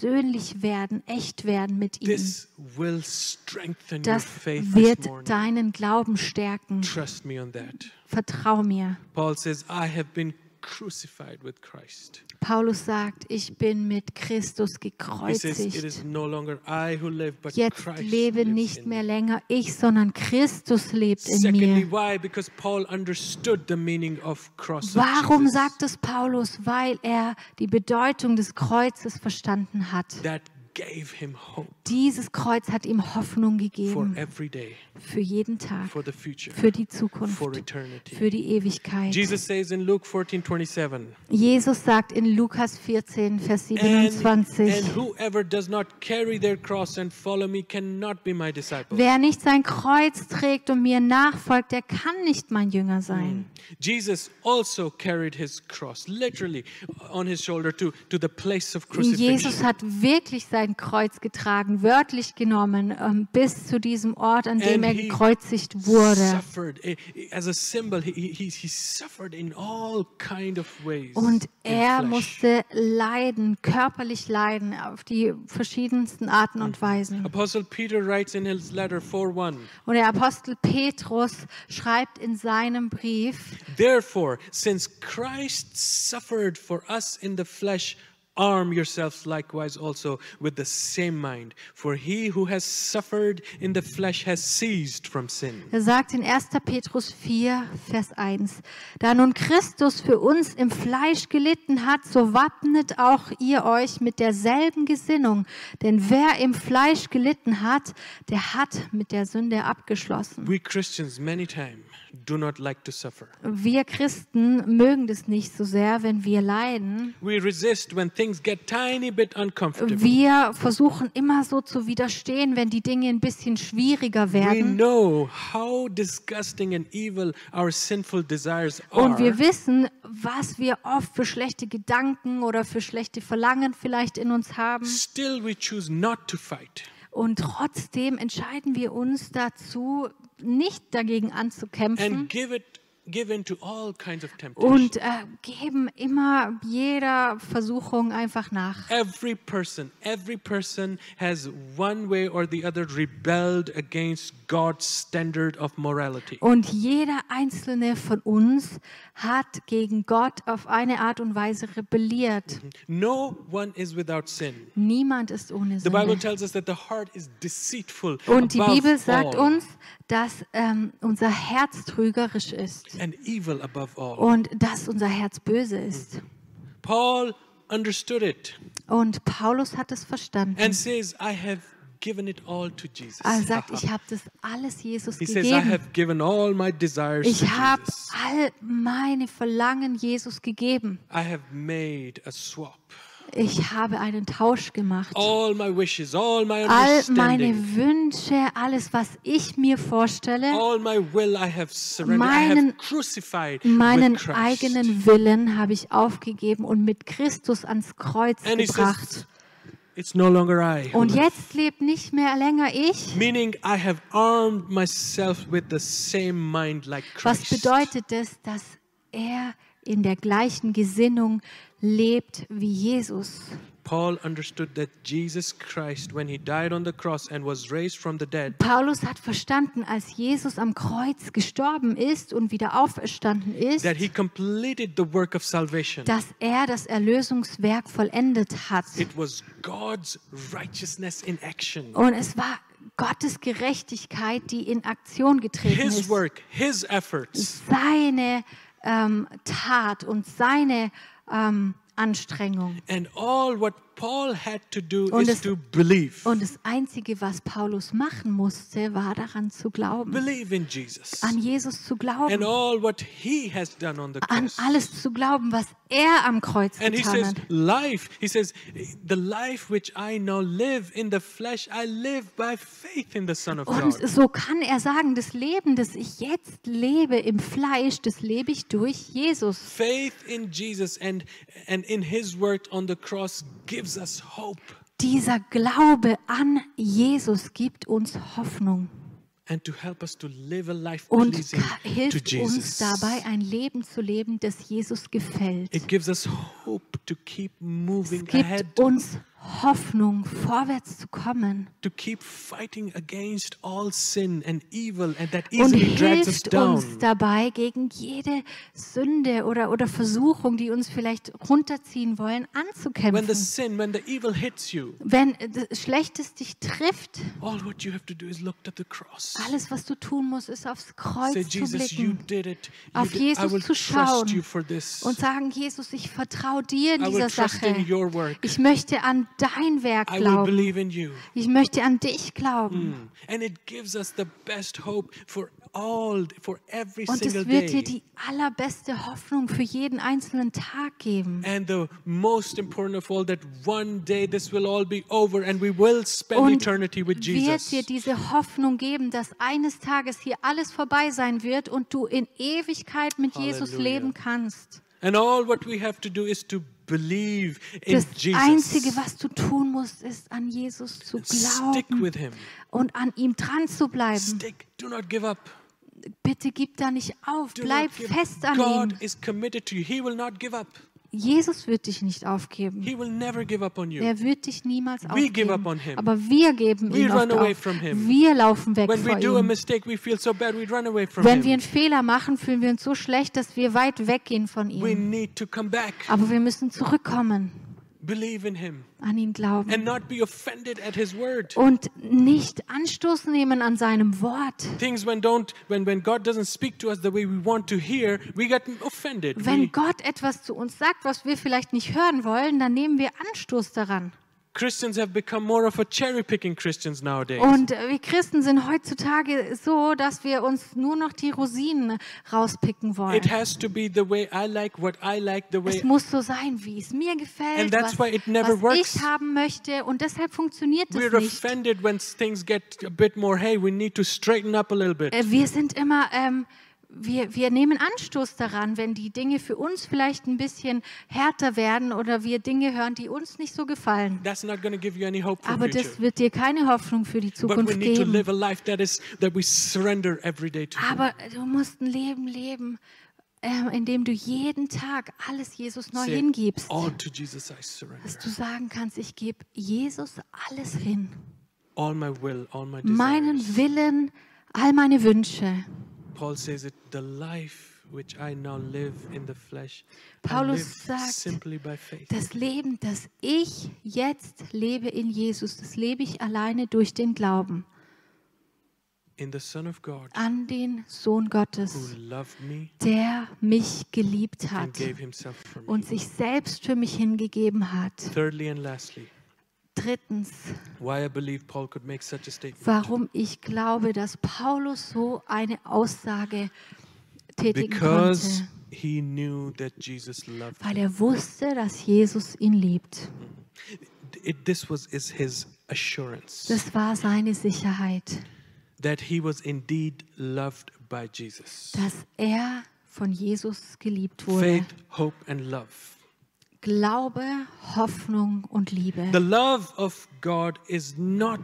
Speaker 2: persönlich werden, echt werden mit ihm.
Speaker 1: This will strengthen your
Speaker 2: Das
Speaker 1: faith this
Speaker 2: wird
Speaker 1: morning.
Speaker 2: deinen Glauben stärken.
Speaker 1: Trust me on that.
Speaker 2: Vertrau mir.
Speaker 1: Paul says, I have been crucified with Christ.
Speaker 2: Paulus sagt, ich bin mit Christus
Speaker 1: He says, It
Speaker 2: gekreuzigt.
Speaker 1: is no longer I who live, but
Speaker 2: Jetzt
Speaker 1: Christ
Speaker 2: lebe
Speaker 1: lives
Speaker 2: nicht
Speaker 1: in
Speaker 2: mehr
Speaker 1: me.
Speaker 2: länger ich, sondern Christus lebt in
Speaker 1: Secondly,
Speaker 2: mir.
Speaker 1: why? Because Paul understood the meaning of cross. of
Speaker 2: Warum
Speaker 1: Jesus.
Speaker 2: sagt es Paulus? Weil er die Bedeutung des Kreuzes verstanden hat.
Speaker 1: that gave him hope
Speaker 2: Dieses Kreuz hat ihm Hoffnung
Speaker 1: for
Speaker 2: gegeben
Speaker 1: every day,
Speaker 2: für jeden Tag,
Speaker 1: for the future,
Speaker 2: für die Zukunft,
Speaker 1: for eternity.
Speaker 2: für die Ewigkeit.
Speaker 1: Jesus says in Luke 14 27,
Speaker 2: Jesus sagt in Lukas 14, Vers
Speaker 1: and, and
Speaker 2: 27,
Speaker 1: whoever does not carry their cross and follow me cannot be my disciple.
Speaker 2: wer nicht sein Kreuz trägt und mir nachfolgt, der kann nicht mein Jünger
Speaker 1: Mm,
Speaker 2: sein.
Speaker 1: Jesus also carried his cross literally on his shoulder to, to the place of
Speaker 2: Jesus
Speaker 1: crucifixion.
Speaker 2: hat wirklich sein Kreuz getragen, wörtlich genommen, ähm, bis zu diesem Ort, an dem
Speaker 1: And
Speaker 2: er
Speaker 1: he
Speaker 2: gekreuzigt wurde.
Speaker 1: Suffered eh, eh, as a symbol. He, he, he- he suffered in all kind of ways.
Speaker 2: Und
Speaker 1: in
Speaker 2: er
Speaker 1: flesh.
Speaker 2: musste leiden, körperlich leiden, auf die verschiedensten Arten und
Speaker 1: Mm.
Speaker 2: Weisen.
Speaker 1: Apostle Peter writes in his letter 4:1.
Speaker 2: Und der Apostel Petrus schreibt in seinem Brief,
Speaker 1: Therefore, since Christ suffered for us in the flesh, arm yourselves likewise also with the same mind. For he who has suffered in the flesh has ceased from sin.
Speaker 2: Er sagt in 1. Petrus 4, Vers 1, da nun Christus für uns im Fleisch gelitten hat, so wappnet auch ihr euch mit derselben Gesinnung. Denn wer im Fleisch gelitten hat, der hat mit der Sünde abgeschlossen.
Speaker 1: We Christians many times do not like to suffer.
Speaker 2: Wir Christen mögen das nicht so sehr, wenn wir leiden.
Speaker 1: We resist when things get tiny bit uncomfortable.
Speaker 2: Wir versuchen immer so zu widerstehen, wenn die Dinge ein bisschen schwieriger
Speaker 1: We
Speaker 2: werden.
Speaker 1: know how disgusting and evil our sinful desires
Speaker 2: Und
Speaker 1: are.
Speaker 2: wir wissen, was wir oft für schlechte Gedanken oder für schlechte Verlangen vielleicht in uns haben.
Speaker 1: Still, we choose not to fight.
Speaker 2: Und trotzdem entscheiden wir uns dazu, nicht dagegen anzukämpfen
Speaker 1: and give it give in to all kinds of temptation.
Speaker 2: und äh, geben immer jeder Versuchung einfach nach.
Speaker 1: every person, every person has one way or the other rebelled against God's standard of morality.
Speaker 2: Und jeder einzelne von uns hat gegen Gott auf eine Art und Weise rebelliert.
Speaker 1: No one is without sin.
Speaker 2: Niemand ist ohne
Speaker 1: The Bible
Speaker 2: Sünde.
Speaker 1: tells us that the heart is deceitful
Speaker 2: Mm-hmm. Und die
Speaker 1: above
Speaker 2: Bibel sagt
Speaker 1: all,
Speaker 2: uns, dass ähm, unser Herz trügerisch ist
Speaker 1: and evil above all.
Speaker 2: und dass unser Herz böse ist.
Speaker 1: Paul understood it
Speaker 2: Und Paulus hat es verstanden.
Speaker 1: and says, "I have given it all to Jesus."
Speaker 2: Mm-hmm. Er sagt, ich habe das alles Jesus
Speaker 1: he says, "I
Speaker 2: gegeben.
Speaker 1: have given all my desires to
Speaker 2: Ich habe
Speaker 1: Jesus.
Speaker 2: all meine Verlangen Jesus gegeben.
Speaker 1: I have made a swap."
Speaker 2: Ich habe einen Tausch gemacht.
Speaker 1: all my wishes, all my
Speaker 2: All
Speaker 1: understanding,
Speaker 2: meine Wünsche, alles, was ich mir vorstelle,
Speaker 1: all my will I have surrendered. I
Speaker 2: Meinen-
Speaker 1: have crucified
Speaker 2: meinen
Speaker 1: with Christ.
Speaker 2: eigenen Willen habe ich aufgegeben und mit Christus ans Kreuz
Speaker 1: And he
Speaker 2: gebracht.
Speaker 1: says, it's no longer I. who
Speaker 2: Und
Speaker 1: live."
Speaker 2: jetzt lebt nicht mehr länger ich.
Speaker 1: Meaning I have armed myself with the same mind like
Speaker 2: Was
Speaker 1: Christ.
Speaker 2: bedeutet das, dass er in der gleichen Gesinnung lebt wie Jesus?
Speaker 1: Paul understood that Jesus Christ, when he died on the cross and was raised from the dead,
Speaker 2: Paulus hat verstanden, als Jesus am Kreuz gestorben ist und wieder auferstanden ist,
Speaker 1: that he completed the work of salvation.
Speaker 2: dass er das Erlösungswerk vollendet hat. Oh,
Speaker 1: It was God's righteousness in action.
Speaker 2: Und es war Gottes Gerechtigkeit, die in Aktion getreten
Speaker 1: His
Speaker 2: ist.
Speaker 1: work, His efforts.
Speaker 2: Seine ähm, Tat und seine ähm, Anstrengung.
Speaker 1: And all what Paul had to do
Speaker 2: Und
Speaker 1: is
Speaker 2: es-
Speaker 1: to believe.
Speaker 2: Und das Einzige, was Paulus machen musste, war daran zu glauben,
Speaker 1: Believe in Jesus.
Speaker 2: an Jesus zu
Speaker 1: And
Speaker 2: glauben,
Speaker 1: all what he has done on the
Speaker 2: an
Speaker 1: cross.
Speaker 2: alles zu glauben, was er am Kreuz
Speaker 1: And he
Speaker 2: getan
Speaker 1: says,
Speaker 2: hat.
Speaker 1: life, he says, the life which I now live in the flesh, I live by faith in the Son of God.
Speaker 2: Und so kann er sagen, das Leben, das ich jetzt lebe im Fleisch, das lebe ich durch Jesus.
Speaker 1: Faith in Jesus and, and in his work on the cross gives us hope.
Speaker 2: Dieser Glaube an Jesus gibt uns Hoffnung
Speaker 1: And to help us to live a life
Speaker 2: und
Speaker 1: pleasing
Speaker 2: ka-
Speaker 1: to
Speaker 2: hilft uns
Speaker 1: Jesus.
Speaker 2: dabei, ein Leben zu leben, das Jesus gefällt.
Speaker 1: It gives us hope to keep
Speaker 2: Es
Speaker 1: moving ahead,
Speaker 2: gibt uns Hoffnung, vorwärts zu kommen.
Speaker 1: to keep fighting against all sin and evil and that
Speaker 2: und
Speaker 1: easily drags us
Speaker 2: hilft
Speaker 1: down.
Speaker 2: uns dabei gegen jede Sünde oder, oder Versuchung, die uns vielleicht runterziehen wollen,
Speaker 1: When the
Speaker 2: anzukämpfen.
Speaker 1: sin, when the evil hits you,
Speaker 2: Wenn das Schlechtes dich trifft,
Speaker 1: all what you have to do is look to the cross.
Speaker 2: alles, was du tun musst, ist aufs Kreuz
Speaker 1: Say,
Speaker 2: zu
Speaker 1: Jesus, you
Speaker 2: blicken
Speaker 1: did it. You
Speaker 2: auf
Speaker 1: did- I
Speaker 2: Jesus
Speaker 1: will
Speaker 2: zu
Speaker 1: trust you
Speaker 2: schauen
Speaker 1: for this.
Speaker 2: und sagen, Jesus, ich vertraue dir in
Speaker 1: I will
Speaker 2: dieser
Speaker 1: trust in
Speaker 2: Sache.
Speaker 1: your work.
Speaker 2: Ich möchte an dein Werk
Speaker 1: I will
Speaker 2: glauben.
Speaker 1: believe in you.
Speaker 2: Ich möchte an dich glauben.
Speaker 1: Mm. And it gives us the best hope for all, for every
Speaker 2: Und
Speaker 1: Mm, single
Speaker 2: es wird
Speaker 1: day.
Speaker 2: dir die allerbeste Hoffnung für jeden einzelnen Tag geben.
Speaker 1: And the most important of all, that one day this will all be over and we will spend
Speaker 2: Und
Speaker 1: eternity with
Speaker 2: wird
Speaker 1: Jesus.
Speaker 2: dir diese Hoffnung geben, dass eines Tages hier alles vorbei sein wird und du in Ewigkeit mit Jesus
Speaker 1: Halleluja.
Speaker 2: leben kannst.
Speaker 1: And all what we have to do is to believe in
Speaker 2: Das Einzige,
Speaker 1: Jesus.
Speaker 2: was du tun musst, ist an Jesus zu
Speaker 1: Stick
Speaker 2: glauben
Speaker 1: with him.
Speaker 2: und an ihm dran zu bleiben.
Speaker 1: Stick. Do not give up.
Speaker 2: Bitte gib da nicht auf,
Speaker 1: Do
Speaker 2: bleib
Speaker 1: not give
Speaker 2: fest
Speaker 1: up.
Speaker 2: an
Speaker 1: God
Speaker 2: ihm.
Speaker 1: is committed to you. He will not give up.
Speaker 2: Jesus wird dich nicht aufgeben.
Speaker 1: He will never give up on you.
Speaker 2: Er wird dich niemals
Speaker 1: We give up on
Speaker 2: aufgeben.
Speaker 1: him.
Speaker 2: Aber wir geben
Speaker 1: We
Speaker 2: ihn
Speaker 1: run
Speaker 2: oft
Speaker 1: away
Speaker 2: auf.
Speaker 1: from him.
Speaker 2: Wir laufen weg
Speaker 1: When we
Speaker 2: vor
Speaker 1: do a
Speaker 2: ihm.
Speaker 1: mistake, we feel so bad, we run away from
Speaker 2: Wenn wir
Speaker 1: him.
Speaker 2: einen Fehler machen, fühlen wir uns so schlecht, dass wir weit weggehen von ihm.
Speaker 1: We need to come back,
Speaker 2: Aber wir müssen zurückkommen,
Speaker 1: believe in him,
Speaker 2: an ihn glauben
Speaker 1: and not be offended at his word.
Speaker 2: und nicht Anstoß nehmen an seinem Wort.
Speaker 1: Things when don't when when God doesn't speak to us the way we want to hear, we get offended.
Speaker 2: Wenn
Speaker 1: We-
Speaker 2: Gott etwas zu uns sagt, was wir vielleicht nicht hören wollen, dann nehmen wir Anstoß daran.
Speaker 1: Christians have become more of a cherry picking Christians nowadays.
Speaker 2: Und äh, wir Christen sind heutzutage so, dass wir uns nur noch die Rosinen rauspicken wollen.
Speaker 1: It has to be the way I like, what I like, the way
Speaker 2: Es muss so sein, wie es mir gefällt,
Speaker 1: And that's
Speaker 2: was,
Speaker 1: why it never
Speaker 2: was
Speaker 1: works.
Speaker 2: ich haben möchte. Und deshalb funktioniert es
Speaker 1: we're
Speaker 2: nicht.
Speaker 1: offended when things get a bit more. Hey, we need to straighten up a little bit.
Speaker 2: Äh, Wir sind immer, ähm, wir, wir nehmen Anstoß daran, wenn die Dinge für uns vielleicht ein bisschen härter werden oder wir Dinge hören, die uns nicht so gefallen.
Speaker 1: That's not going to give you any hope for
Speaker 2: Aber
Speaker 1: future.
Speaker 2: das wird dir keine Hoffnung für die
Speaker 1: But we
Speaker 2: Zukunft
Speaker 1: need to
Speaker 2: geben.
Speaker 1: live a life that is that we surrender every day to. Him.
Speaker 2: Aber du musst ein Leben leben, ähm, in dem du jeden Tag alles Jesus neu
Speaker 1: Say,
Speaker 2: hingibst.
Speaker 1: All to Jesus I surrender.
Speaker 2: Dass du sagen kannst, ich gebe Jesus alles hin.
Speaker 1: All my will, all my desires.
Speaker 2: Meinen Willen, all meine Wünsche.
Speaker 1: Paul says it. The life which I now live in the flesh,
Speaker 2: Paulus
Speaker 1: I live
Speaker 2: sagt,
Speaker 1: simply by faith.
Speaker 2: Das Leben, das ich jetzt lebe in Jesus, das lebe ich alleine durch den Glauben
Speaker 1: In the Son of God
Speaker 2: an den Sohn
Speaker 1: who
Speaker 2: Gottes,
Speaker 1: loved me
Speaker 2: der mich geliebt
Speaker 1: and
Speaker 2: hat
Speaker 1: gave Himself for me.
Speaker 2: und sich selbst für mich hingegeben hat.
Speaker 1: Thirdly and lastly,
Speaker 2: Drittens,
Speaker 1: why I believe Paul could make such a statement.
Speaker 2: warum ich glaube, dass Paulus so eine Aussage tätigen
Speaker 1: Because
Speaker 2: konnte,
Speaker 1: he knew that Jesus loved
Speaker 2: weil er wusste, dass Jesus ihn liebt.
Speaker 1: it, this was is his assurance
Speaker 2: Das war seine Sicherheit,
Speaker 1: that he was indeed loved by Jesus.
Speaker 2: dass er von Jesus geliebt wurde.
Speaker 1: Faith, hope, and love.
Speaker 2: Glaube, Hoffnung und Liebe.
Speaker 1: The love of God is not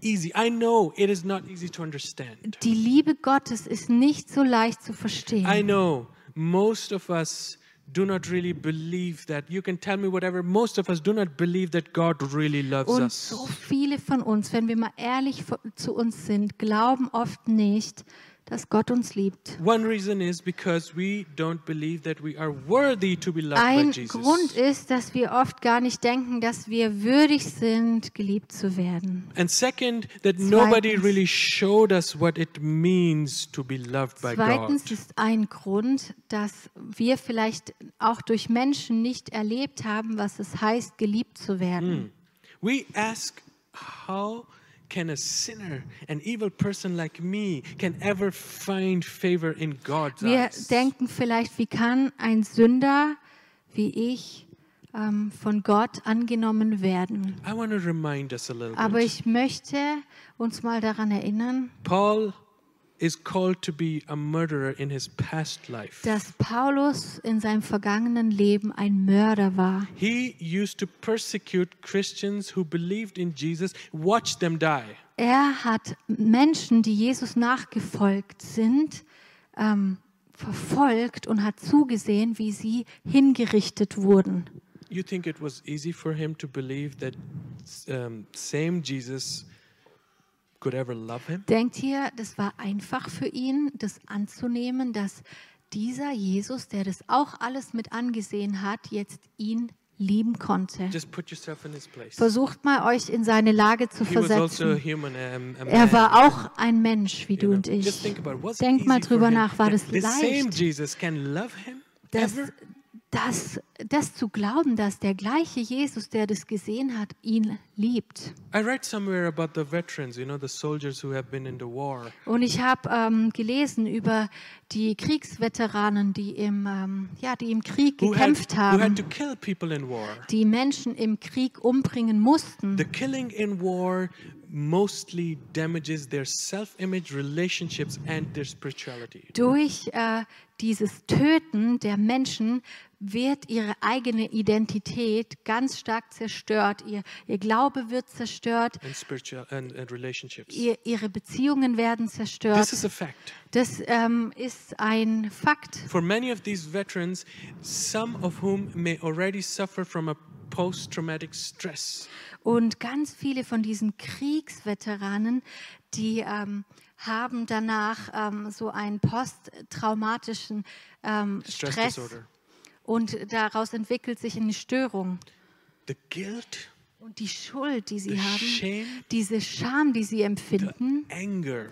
Speaker 1: easy. I know it is not easy to understand.
Speaker 2: Die Liebe Gottes ist nicht so leicht zu
Speaker 1: I
Speaker 2: verstehen.
Speaker 1: know most of us do not really believe that. You can tell me whatever. Most of us do not believe that God really loves
Speaker 2: Und
Speaker 1: us.
Speaker 2: so viele von uns, wenn wir mal ehrlich vo- zu uns sind, glauben oft nicht, dass Gott uns liebt.
Speaker 1: One reason is because we don't believe that we are worthy to be loved by
Speaker 2: Ein
Speaker 1: Jesus.
Speaker 2: Grund ist, dass wir oft gar nicht denken, dass wir würdig sind, geliebt zu werden.
Speaker 1: and second, that nobody
Speaker 2: Zweitens.
Speaker 1: really showed us what it means to be loved by God.
Speaker 2: Zweitens ist ein Grund, dass wir vielleicht auch durch Menschen nicht erlebt haben, was es heißt, geliebt zu
Speaker 1: Hm,
Speaker 2: werden.
Speaker 1: We ask, how can a sinner, an evil person like me, can ever find favor in God's
Speaker 2: Wir
Speaker 1: eyes?
Speaker 2: denken vielleicht, wie kann ein Sünder wie ich ähm, von Gott angenommen werden?
Speaker 1: I want to remind us a little
Speaker 2: Aber
Speaker 1: bit.
Speaker 2: ich möchte uns mal daran erinnern,
Speaker 1: Paul is called to be a murderer in his past life.
Speaker 2: dass Paulus in seinem vergangenen Leben ein Mörder war.
Speaker 1: He used to persecute Christians who believed in Jesus, watch them die.
Speaker 2: Er hat Menschen, die Jesus nachgefolgt sind, ähm, verfolgt und hat zugesehen, wie sie hingerichtet wurden.
Speaker 1: You think it was easy for him to believe that um, same Jesus could ever love him?
Speaker 2: Denkt ihr, das war einfach für ihn, das anzunehmen, dass dieser Jesus, der das auch alles mit angesehen hat, jetzt ihn lieben konnte?
Speaker 1: Just put yourself in his place.
Speaker 2: Versucht mal, euch in seine Lage zu
Speaker 1: He was also a
Speaker 2: versetzen.
Speaker 1: human. Um, a man,
Speaker 2: Er war auch ein Mensch, wie
Speaker 1: you
Speaker 2: du
Speaker 1: know.
Speaker 2: und
Speaker 1: Just
Speaker 2: ich.
Speaker 1: think about it. Was it
Speaker 2: Denk mal
Speaker 1: easy for
Speaker 2: drüber
Speaker 1: him
Speaker 2: nach, war
Speaker 1: that
Speaker 2: das
Speaker 1: the same
Speaker 2: leicht?
Speaker 1: Jesus can love him
Speaker 2: das,
Speaker 1: ever?
Speaker 2: das, das zu glauben, dass der gleiche Jesus, der das gesehen hat, ihn liebt.
Speaker 1: I read somewhere about the veterans, you know, the soldiers who have been in the war.
Speaker 2: Und ich habe ähm, gelesen über die Kriegsveteranen, die im, ähm, ja, die im Krieg
Speaker 1: Who had,
Speaker 2: gekämpft
Speaker 1: who had
Speaker 2: haben,
Speaker 1: to kill people in war.
Speaker 2: die Menschen im Krieg umbringen mussten.
Speaker 1: The killing in war mostly damages their self image, relationships, and their spirituality.
Speaker 2: Durch äh, dieses Töten der Menschen wird ihre eigene Identität ganz stark zerstört. Ihr, ihr Glaube wird zerstört,
Speaker 1: And spiritual and, and relationships.
Speaker 2: ihr, ihre Beziehungen werden zerstört.
Speaker 1: This is a fact.
Speaker 2: Das ähm, ist ein Fakt.
Speaker 1: For many of these veterans, some of whom may already suffer from a post traumatic stress,
Speaker 2: Und ganz viele von diesen Kriegsveteranen, die ähm, haben danach ähm, so einen posttraumatischen ähm,
Speaker 1: stress,
Speaker 2: Stress
Speaker 1: disorder.
Speaker 2: und daraus entwickelt sich eine Störung.
Speaker 1: The guilt,
Speaker 2: Und die Schuld, die
Speaker 1: The
Speaker 2: sie haben,
Speaker 1: shame.
Speaker 2: diese Scham, die sie empfinden,
Speaker 1: anger,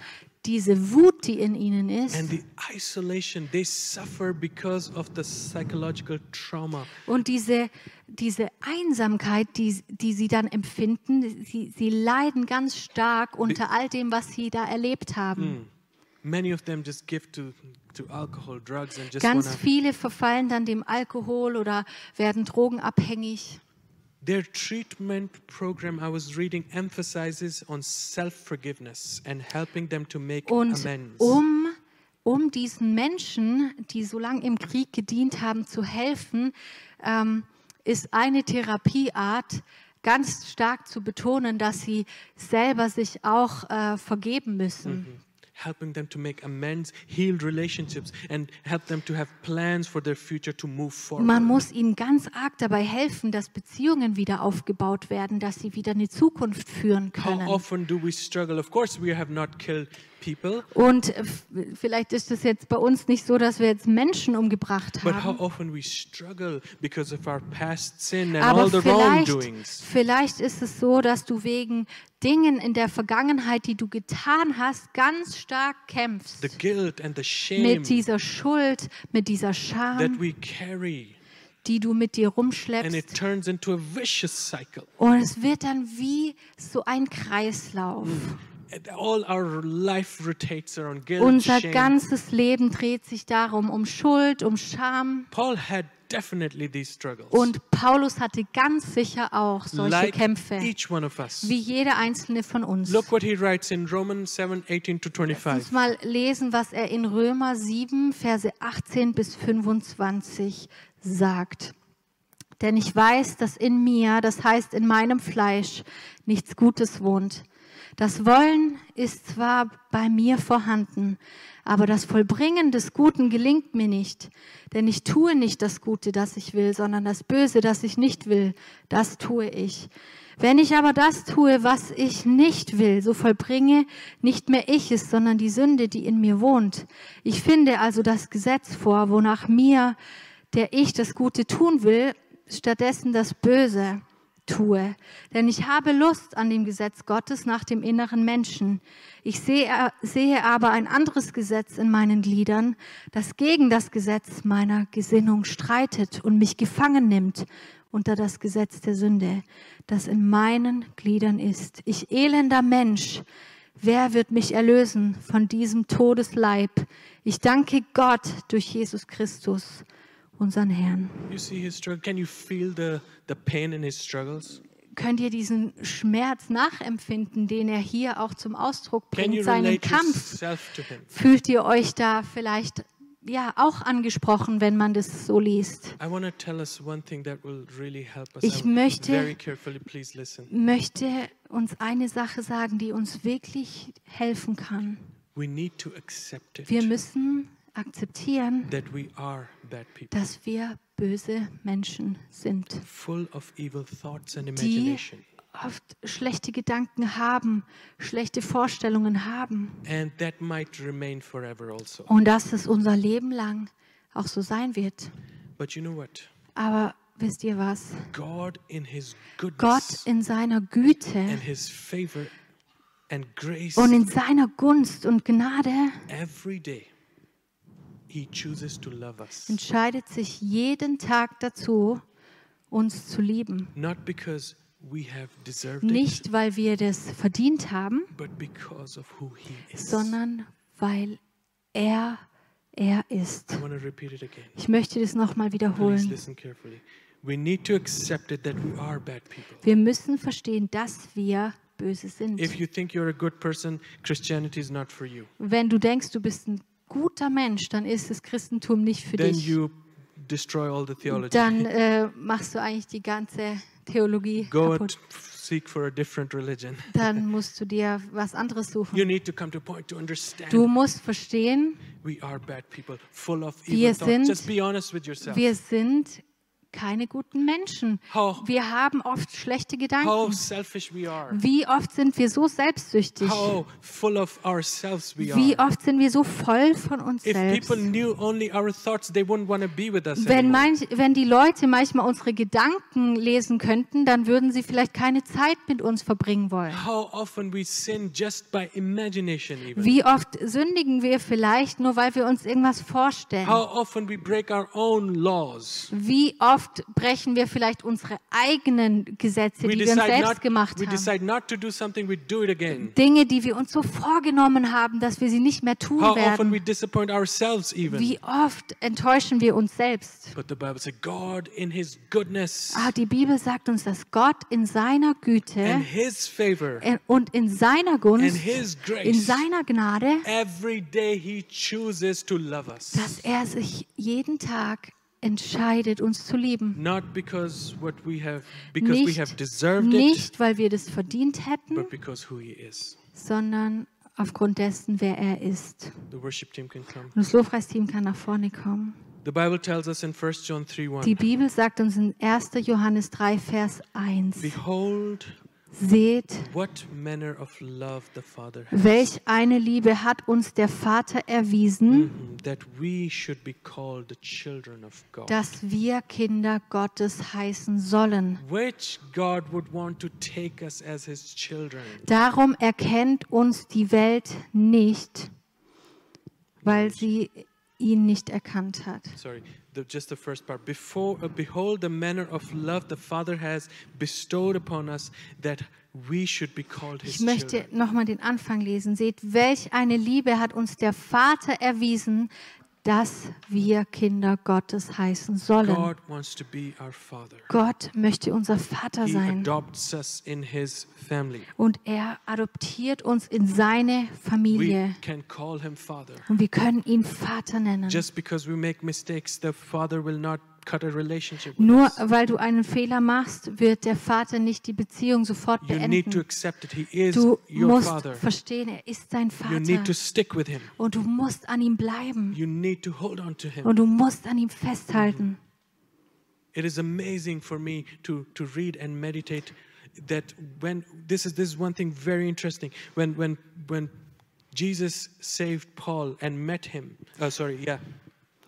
Speaker 2: diese Wut, die in ihnen ist
Speaker 1: and the isolation they suffer because of the psychological trauma.
Speaker 2: und diese, diese Einsamkeit, die, die sie dann empfinden, sie, sie leiden ganz stark unter all dem, was sie da erlebt haben.
Speaker 1: Many of them just give to, to alcohol, drugs, and just want
Speaker 2: Ganz
Speaker 1: to
Speaker 2: viele verfallen dann dem Alkohol oder werden drogenabhängig.
Speaker 1: Their treatment program I was reading emphasizes on self-forgiveness and helping them to make
Speaker 2: Und
Speaker 1: amends.
Speaker 2: um, um diesen Menschen, die so lange im Krieg gedient haben, zu helfen, ähm, ist eine Therapieart ganz stark zu betonen, dass sie selber sich auch äh, vergeben müssen.
Speaker 1: Helping them to make amends, heal relationships, and help them to have plans for their future to move forward.
Speaker 2: Man muss ihnen ganz arg dabei helfen, dass Beziehungen wieder aufgebaut werden, dass sie wieder eine Zukunft führen
Speaker 1: How
Speaker 2: können.
Speaker 1: often do we struggle? Of course, we have not killed people,
Speaker 2: Und äh, f- vielleicht ist es jetzt bei uns nicht so, dass wir jetzt Menschen umgebracht
Speaker 1: but how
Speaker 2: haben,
Speaker 1: often we struggle because of our past sin and all
Speaker 2: aber
Speaker 1: the
Speaker 2: vielleicht,
Speaker 1: wrongdoings.
Speaker 2: vielleicht ist es so, dass du wegen Dingen in der Vergangenheit, die du getan hast, ganz stark
Speaker 1: The
Speaker 2: kämpfst.
Speaker 1: guilt and the shame
Speaker 2: Mit dieser Schuld, mit dieser
Speaker 1: that
Speaker 2: Scham,
Speaker 1: we carry,
Speaker 2: die du mit dir
Speaker 1: and it
Speaker 2: rumschleppst.
Speaker 1: turns into a vicious cycle.
Speaker 2: Und es wird dann wie so ein Kreislauf.
Speaker 1: Mm. And all our life rotates around guilt,
Speaker 2: Unser
Speaker 1: shame.
Speaker 2: ganzes Leben dreht sich darum, um Schuld, um Scham.
Speaker 1: Paul had definitely these struggles.
Speaker 2: Und Paulus hatte ganz sicher auch solche
Speaker 1: like
Speaker 2: Kämpfe.
Speaker 1: each one of us.
Speaker 2: wie jeder einzelne von uns.
Speaker 1: Look what he writes in Romans 7, 18 to
Speaker 2: Lass uns
Speaker 1: 25.
Speaker 2: mal lesen, was er in Römer 7, Verse 18 bis 25 sagt. Denn ich weiß, dass in mir, das heißt in meinem Fleisch, nichts Gutes wohnt. Das Wollen ist zwar bei mir vorhanden, aber das Vollbringen des Guten gelingt mir nicht. Denn ich tue nicht das Gute, das ich will, sondern das Böse, das ich nicht will, das tue ich. Wenn ich aber das tue, was ich nicht will, so vollbringe nicht mehr ich es, sondern die Sünde, die in mir wohnt. Ich finde also das Gesetz vor, wonach mir, der ich das Gute tun will, stattdessen das Böse tue. Denn ich habe Lust an dem Gesetz Gottes nach dem inneren Menschen. Ich sehe, sehe aber ein anderes Gesetz in meinen Gliedern, das gegen das Gesetz meiner Gesinnung streitet und mich gefangen nimmt unter das Gesetz der Sünde, das in meinen Gliedern ist. Ich elender Mensch, wer wird mich erlösen von diesem Todesleib? Ich danke Gott durch Jesus Christus, unseren Herrn.
Speaker 1: You see his struggle. Can you feel the, the pain in his struggles?
Speaker 2: Könnt ihr diesen Schmerz nachempfinden, den er hier auch zum Ausdruck
Speaker 1: Can you
Speaker 2: bringt, seinen
Speaker 1: relate
Speaker 2: Kampf?
Speaker 1: yourself to him?
Speaker 2: Fühlt ihr euch da vielleicht ja auch angesprochen, wenn man das so liest?
Speaker 1: I want to tell us one thing that will really help us. out.
Speaker 2: Ich möchte-
Speaker 1: very carefully, please listen.
Speaker 2: Möchte uns eine Sache sagen, die uns wirklich helfen kann.
Speaker 1: We need to accept it
Speaker 2: Wir müssen akzeptieren,
Speaker 1: that we are bad people,
Speaker 2: dass wir böse Menschen sind,
Speaker 1: full of evil thoughts and
Speaker 2: die
Speaker 1: imagination.
Speaker 2: oft schlechte Gedanken haben, schlechte Vorstellungen haben.
Speaker 1: And that might remain forever also.
Speaker 2: Und dass es unser Leben lang auch so sein wird.
Speaker 1: But you know what?
Speaker 2: Aber wisst ihr was?
Speaker 1: God in his
Speaker 2: Gott
Speaker 1: goodness
Speaker 2: in seiner
Speaker 1: and
Speaker 2: Güte
Speaker 1: his favor and grace
Speaker 2: und in seiner Gunst und Gnade
Speaker 1: every day he chooses to love us.
Speaker 2: entscheidet sich jeden Tag dazu, uns zu lieben.
Speaker 1: Not because we have deserved it,
Speaker 2: Nicht, weil wir das verdient haben,
Speaker 1: but because of who he is.
Speaker 2: sondern weil er er ist.
Speaker 1: I want to repeat it again.
Speaker 2: Ich möchte das nochmal
Speaker 1: Please
Speaker 2: wiederholen.
Speaker 1: listen carefully. We need to accept it that we are bad people.
Speaker 2: Wir müssen verstehen, dass wir böse sind.
Speaker 1: If you think you're a good person, Christianity is not for you.
Speaker 2: Wenn du denkst, du bist ein guter Mensch, dann ist das Christentum nicht für
Speaker 1: Then
Speaker 2: dich.
Speaker 1: you destroy all the theology.
Speaker 2: dann äh, machst du eigentlich die ganze Theologie
Speaker 1: Go and
Speaker 2: kaputt.
Speaker 1: seek for a different religion.
Speaker 2: Dann musst du dir was anderes suchen.
Speaker 1: You need to come to a point to understand
Speaker 2: Du musst verstehen,
Speaker 1: we are bad people, full of
Speaker 2: Wir
Speaker 1: evil
Speaker 2: sind-
Speaker 1: thoughts. Just be honest with yourself.
Speaker 2: wir sind keine guten Menschen.
Speaker 1: How-
Speaker 2: Wir haben oft schlechte
Speaker 1: How
Speaker 2: Gedanken.
Speaker 1: selfish we are.
Speaker 2: Wie oft sind wir so selbstsüchtig?
Speaker 1: How full of ourselves we
Speaker 2: Wie
Speaker 1: are.
Speaker 2: oft sind wir so voll von uns
Speaker 1: If people
Speaker 2: selbst?
Speaker 1: knew only our thoughts, they wouldn't want to be with us
Speaker 2: Wenn,
Speaker 1: anymore.
Speaker 2: manch, wenn die Leute manchmal unsere Gedanken lesen könnten, dann würden sie vielleicht keine Zeit mit uns verbringen wollen.
Speaker 1: How often we sin just by imagination even.
Speaker 2: Wie oft sündigen wir vielleicht nur, weil wir uns irgendwas vorstellen?
Speaker 1: How often we break our own laws.
Speaker 2: Wie oft brechen wir vielleicht unsere eigenen Gesetze,
Speaker 1: We
Speaker 2: die wir uns
Speaker 1: decide,
Speaker 2: selbst
Speaker 1: not,
Speaker 2: gemacht
Speaker 1: we
Speaker 2: haben?
Speaker 1: decide not to do something, we do it again.
Speaker 2: Dinge, die wir uns so vorgenommen haben, dass wir sie nicht mehr tun
Speaker 1: How often
Speaker 2: werden.
Speaker 1: we disappoint ourselves even.
Speaker 2: Wie oft enttäuschen wir uns selbst?
Speaker 1: But the Bible says, God in His goodness
Speaker 2: Ah, die Bibel sagt uns, dass Gott in seiner
Speaker 1: and
Speaker 2: Güte
Speaker 1: His favor,
Speaker 2: äh, und in seiner
Speaker 1: and
Speaker 2: Gunst,
Speaker 1: His grace,
Speaker 2: in seiner Gnade,
Speaker 1: every day He chooses to love us.
Speaker 2: dass er sich jeden Tag entscheidet, uns zu lieben.
Speaker 1: Not because what we have, because we have
Speaker 2: Nicht,
Speaker 1: deserved it,
Speaker 2: nicht weil wir das verdient hätten,
Speaker 1: but because who He is.
Speaker 2: sondern aufgrund dessen, wer er ist.
Speaker 1: The worship team can come.
Speaker 2: Und das Lobpreisteam kann nach vorne kommen.
Speaker 1: The Bible tells us in 1 John 3
Speaker 2: Die
Speaker 1: 1,
Speaker 2: Bibel sagt uns in 1. Johannes 3, Vers 1,
Speaker 1: Behold,
Speaker 2: seht,
Speaker 1: what manner of love the Father has.
Speaker 2: welch eine Liebe hat uns der Vater erwiesen,
Speaker 1: Mm, that we should be called the children of God.
Speaker 2: dass wir Kinder Gottes heißen sollen.
Speaker 1: Which God would want to take us as his children?
Speaker 2: Darum erkennt uns die Welt nicht, weil sie ihn nicht erkannt hat.
Speaker 1: Sorry, the, just the first part. Before, uh, behold the manner of love the Father has bestowed upon us that we should be called his
Speaker 2: Ich möchte
Speaker 1: children.
Speaker 2: nochmal den Anfang lesen. Seht, welch eine Liebe hat uns der Vater erwiesen, dass wir Kinder Gottes heißen sollen.
Speaker 1: God wants to be our Father.
Speaker 2: Gott möchte unser Vater
Speaker 1: He
Speaker 2: sein
Speaker 1: adopts us in his family.
Speaker 2: und er adoptiert uns in seine
Speaker 1: We
Speaker 2: Familie
Speaker 1: can call him Father.
Speaker 2: und wir können ihn Vater nennen.
Speaker 1: Just because we make mistakes, the Father will not cut a relationship with
Speaker 2: Nur
Speaker 1: us.
Speaker 2: weil du einen Fehler machst, wird der Vater nicht die Beziehung sofort
Speaker 1: You need to
Speaker 2: beenden.
Speaker 1: accept it. He is
Speaker 2: Du
Speaker 1: your
Speaker 2: musst
Speaker 1: Father.
Speaker 2: verstehen, er ist dein
Speaker 1: You need to
Speaker 2: Vater
Speaker 1: stick with him.
Speaker 2: und du musst an ihm bleiben
Speaker 1: You need to hold on to him.
Speaker 2: und du musst an ihm festhalten.
Speaker 1: It is amazing for me to, to read and meditate that when this is this is one thing very interesting when when when Jesus saved Paul and met him. Oh, sorry, yeah.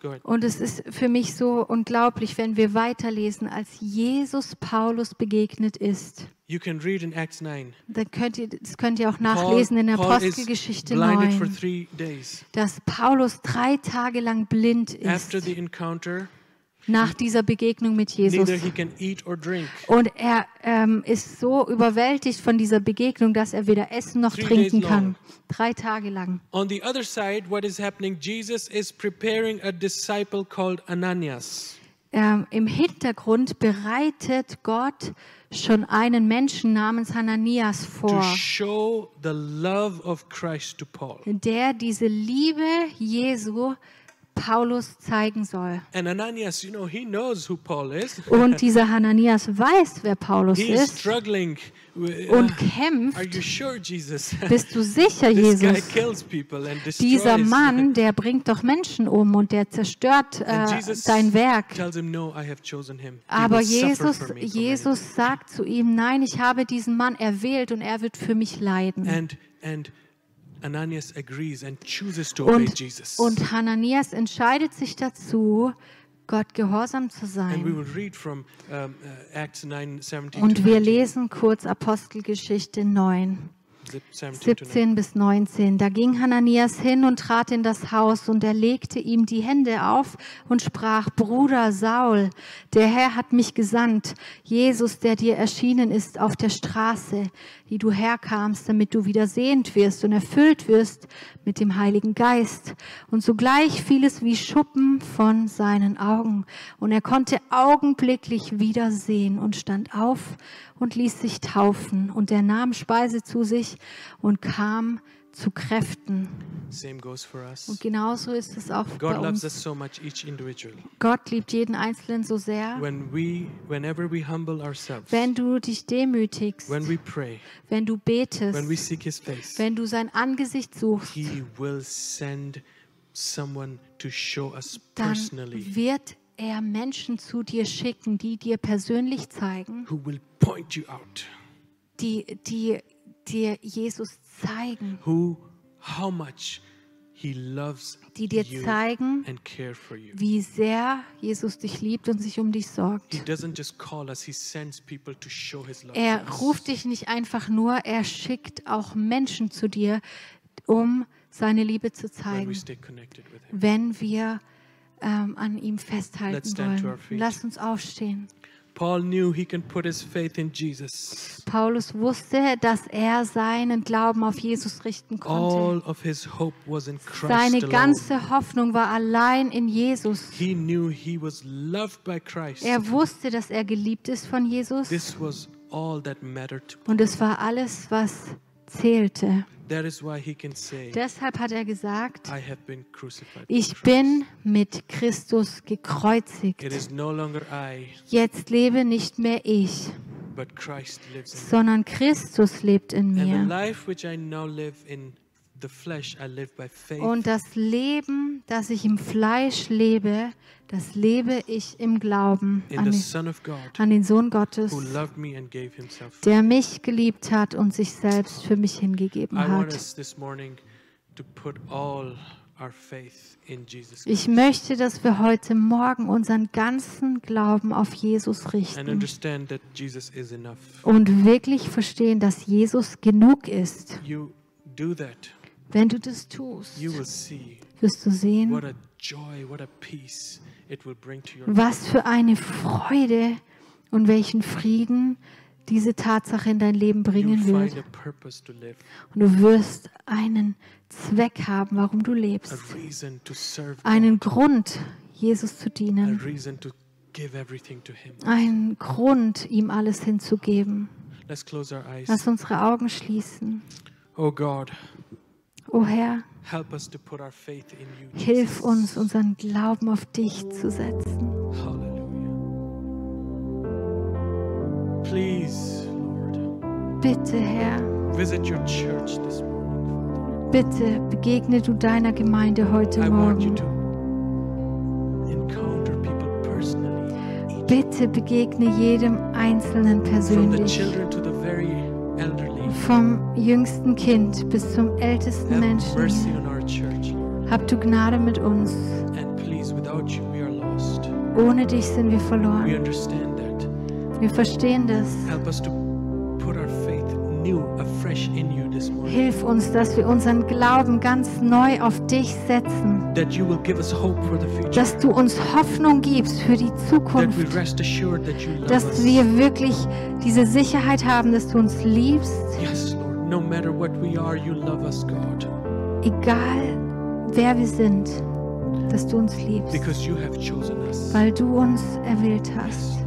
Speaker 1: Go ahead.
Speaker 2: Und es ist für mich so unglaublich, wenn wir weiterlesen, als Jesus Paulus begegnet ist.
Speaker 1: You can read in Acts 9.
Speaker 2: Dann könnt ihr, das könnt ihr auch
Speaker 1: Paul,
Speaker 2: nachlesen in der
Speaker 1: Paul is
Speaker 2: Apostelgeschichte
Speaker 1: blinded for
Speaker 2: 9,
Speaker 1: three days.
Speaker 2: dass Paulus drei Tage lang blind
Speaker 1: After
Speaker 2: ist
Speaker 1: the encounter,
Speaker 2: nach dieser Begegnung mit Jesus.
Speaker 1: neither he can eat or drink.
Speaker 2: Und er ähm, ist so überwältigt von dieser Begegnung, dass er weder essen noch
Speaker 1: Three
Speaker 2: trinken
Speaker 1: days
Speaker 2: kann. Drei Tage lang.
Speaker 1: On the other side, what is happening? Jesus is preparing a disciple called Ananias.
Speaker 2: Ähm, Im Hintergrund bereitet Gott schon einen Menschen namens Hananias
Speaker 1: to
Speaker 2: vor,
Speaker 1: show the love of Christ to Paul.
Speaker 2: der diese Liebe Jesu Paulus zeigen soll.
Speaker 1: And Ananias, you know, he knows who Paul is.
Speaker 2: Und dieser Hananias weiß, wer Paulus
Speaker 1: He is
Speaker 2: ist
Speaker 1: struggling. with- uh,
Speaker 2: und
Speaker 1: Are
Speaker 2: kämpft.
Speaker 1: you sure, Jesus?
Speaker 2: Bist du sicher,
Speaker 1: This guy
Speaker 2: Jesus?
Speaker 1: kills people and destroys.
Speaker 2: Dieser Mann, der bringt doch Menschen um und der zerstört
Speaker 1: And
Speaker 2: äh,
Speaker 1: Jesus
Speaker 2: dein Werk.
Speaker 1: tells him, no, I have chosen him. He
Speaker 2: Aber
Speaker 1: will suffer
Speaker 2: Jesus,
Speaker 1: for me for many things."
Speaker 2: Jesus sagt zu ihm, nein, ich habe diesen Mann erwählt und er wird für mich leiden.
Speaker 1: And, and Ananias agrees and chooses to obey
Speaker 2: Und,
Speaker 1: Jesus.
Speaker 2: und Hananias entscheidet sich dazu, Gott gehorsam zu
Speaker 1: and we
Speaker 2: sein.
Speaker 1: will read from um, uh, Acts 9, 17 to
Speaker 2: Und wir
Speaker 1: 19.
Speaker 2: lesen kurz Apostelgeschichte 9.
Speaker 1: Zip- 17 to 19.
Speaker 2: 17 bis 19. Da ging Hananias hin und trat in das Haus und er legte ihm die Hände auf und sprach, Bruder Saul, der Herr hat mich gesandt, Jesus, der dir erschienen ist auf der Straße, die du herkamst, damit du wieder sehend wirst und erfüllt wirst mit dem Heiligen Geist. Und sogleich fiel es wie Schuppen von seinen Augen und er konnte augenblicklich wieder sehen und stand auf und ließ sich taufen und er nahm Speise zu sich und kam zu Kräften.
Speaker 1: Same goes for us.
Speaker 2: Und genauso ist es auch
Speaker 1: God
Speaker 2: bei
Speaker 1: loves us
Speaker 2: uns.
Speaker 1: so much, each individual.
Speaker 2: Gott liebt jeden Einzelnen so sehr.
Speaker 1: When we, whenever we humble ourselves,
Speaker 2: Wenn du dich demütigst,
Speaker 1: when we pray,
Speaker 2: wenn du
Speaker 1: when we
Speaker 2: betest,
Speaker 1: seek His face,
Speaker 2: wenn du sein Angesicht suchst,
Speaker 1: He will send someone to show us
Speaker 2: dann
Speaker 1: personally
Speaker 2: wird er Menschen zu dir schicken, die dir persönlich zeigen,
Speaker 1: who will point you out,
Speaker 2: die, die dir Jesus zeigen,
Speaker 1: who, how much He loves
Speaker 2: die dir
Speaker 1: you
Speaker 2: zeigen,
Speaker 1: and care for you.
Speaker 2: wie sehr Jesus dich liebt und sich um dich
Speaker 1: He
Speaker 2: sorgt.
Speaker 1: doesn't just call us; He sends people to show His love. to
Speaker 2: Er
Speaker 1: us.
Speaker 2: ruft dich nicht einfach nur, er schickt auch Menschen zu dir, um seine Liebe zu
Speaker 1: when we
Speaker 2: zeigen,
Speaker 1: stay connected with Him.
Speaker 2: wenn wir ähm, an ihm
Speaker 1: Let's
Speaker 2: festhalten
Speaker 1: stand to our
Speaker 2: wollen.
Speaker 1: feet.
Speaker 2: Lass uns aufstehen.
Speaker 1: Paul knew he can put his faith in Jesus.
Speaker 2: Paulus wusste, dass er seinen Glauben auf Jesus richten konnte.
Speaker 1: All of his hope was in Christ
Speaker 2: Seine
Speaker 1: alone.
Speaker 2: ganze Hoffnung war allein in Jesus.
Speaker 1: He knew he was loved by Christ.
Speaker 2: Er wusste, dass er geliebt ist von Jesus
Speaker 1: This was all that mattered. to-
Speaker 2: und es war alles, was zählte.
Speaker 1: That is why he can say,
Speaker 2: Deshalb hat er gesagt,
Speaker 1: I have been crucified. with
Speaker 2: ich
Speaker 1: Christ.
Speaker 2: bin mit Christus
Speaker 1: It
Speaker 2: gekreuzigt.
Speaker 1: is no longer I,
Speaker 2: Jetzt lebe nicht mehr ich,
Speaker 1: but Christ lives in me.
Speaker 2: sondern Christus lebt in
Speaker 1: And the
Speaker 2: mir.
Speaker 1: life which I now live in the flesh, I live by faith
Speaker 2: Und das Leben, das ich im Fleisch lebe, das lebe ich im Glauben
Speaker 1: in
Speaker 2: an
Speaker 1: the
Speaker 2: den
Speaker 1: Son of God
Speaker 2: an den Sohn Gottes,
Speaker 1: who loved me and gave himself. for me.
Speaker 2: der mich geliebt hat und sich selbst für mich hingegeben
Speaker 1: I want
Speaker 2: hat.
Speaker 1: us this morning to put all our faith in Jesus Christ
Speaker 2: Ich möchte, dass wir heute Morgen unseren ganzen Glauben auf Jesus
Speaker 1: and
Speaker 2: richten
Speaker 1: understand that Jesus is enough.
Speaker 2: und wirklich verstehen, dass Jesus genug ist.
Speaker 1: You do that,
Speaker 2: Wenn du das tust,
Speaker 1: you will see
Speaker 2: wirst du
Speaker 1: what
Speaker 2: sehen,
Speaker 1: a joy, what a peace it will bring to your life.
Speaker 2: was für eine Freude und welchen Frieden diese Tatsache in dein Leben
Speaker 1: You
Speaker 2: bringen
Speaker 1: find a
Speaker 2: wird.
Speaker 1: purpose to live,
Speaker 2: Und du wirst einen Zweck haben, warum du
Speaker 1: a
Speaker 2: lebst.
Speaker 1: reason to serve God,
Speaker 2: Einen Grund, Jesus zu
Speaker 1: a
Speaker 2: dienen.
Speaker 1: reason to give everything to Him.
Speaker 2: einen Grund, ihm alles hinzugeben.
Speaker 1: Let's close our eyes.
Speaker 2: Lass unsere Augen schließen.
Speaker 1: Oh God,
Speaker 2: O Herr,
Speaker 1: help us to put our faith in you.
Speaker 2: hilf
Speaker 1: Jesus.
Speaker 2: uns, unseren Glauben auf dich zu setzen.
Speaker 1: Hallelujah. Please, Lord,
Speaker 2: Bitte, Herr,
Speaker 1: visit your church this morning.
Speaker 2: bitte begegne du deiner Gemeinde heute
Speaker 1: I want you
Speaker 2: Morgen.
Speaker 1: to encounter people personally.
Speaker 2: Bitte begegne jedem
Speaker 1: from
Speaker 2: Einzelnen
Speaker 1: the
Speaker 2: persönlich.
Speaker 1: children to the very elderly.
Speaker 2: Vom jüngsten Kind bis zum ältesten
Speaker 1: Have
Speaker 2: Menschen.
Speaker 1: mercy on our church, Lord.
Speaker 2: Hab du Gnade mit uns.
Speaker 1: And please, without you, we are lost.
Speaker 2: Ohne dich sind wir
Speaker 1: We
Speaker 2: verloren.
Speaker 1: understand that.
Speaker 2: Wir verstehen das.
Speaker 1: Help us to put our faith new, afresh in you this morning.
Speaker 2: Hilf uns, dass wir unseren Glauben ganz neu auf dich setzen.
Speaker 1: That you will give us hope for the future.
Speaker 2: Dass du uns Hoffnung gibst für die
Speaker 1: That we
Speaker 2: Zukunft.
Speaker 1: rest assured that you love us.
Speaker 2: Dass wir wirklich diese Sicherheit haben, dass du uns liebst.
Speaker 1: Yes, Lord. No matter what we are, you love us, God.
Speaker 2: Egal wer wir sind, dass du uns liebst.
Speaker 1: Because you have chosen us.
Speaker 2: Weil du uns erwählt hast.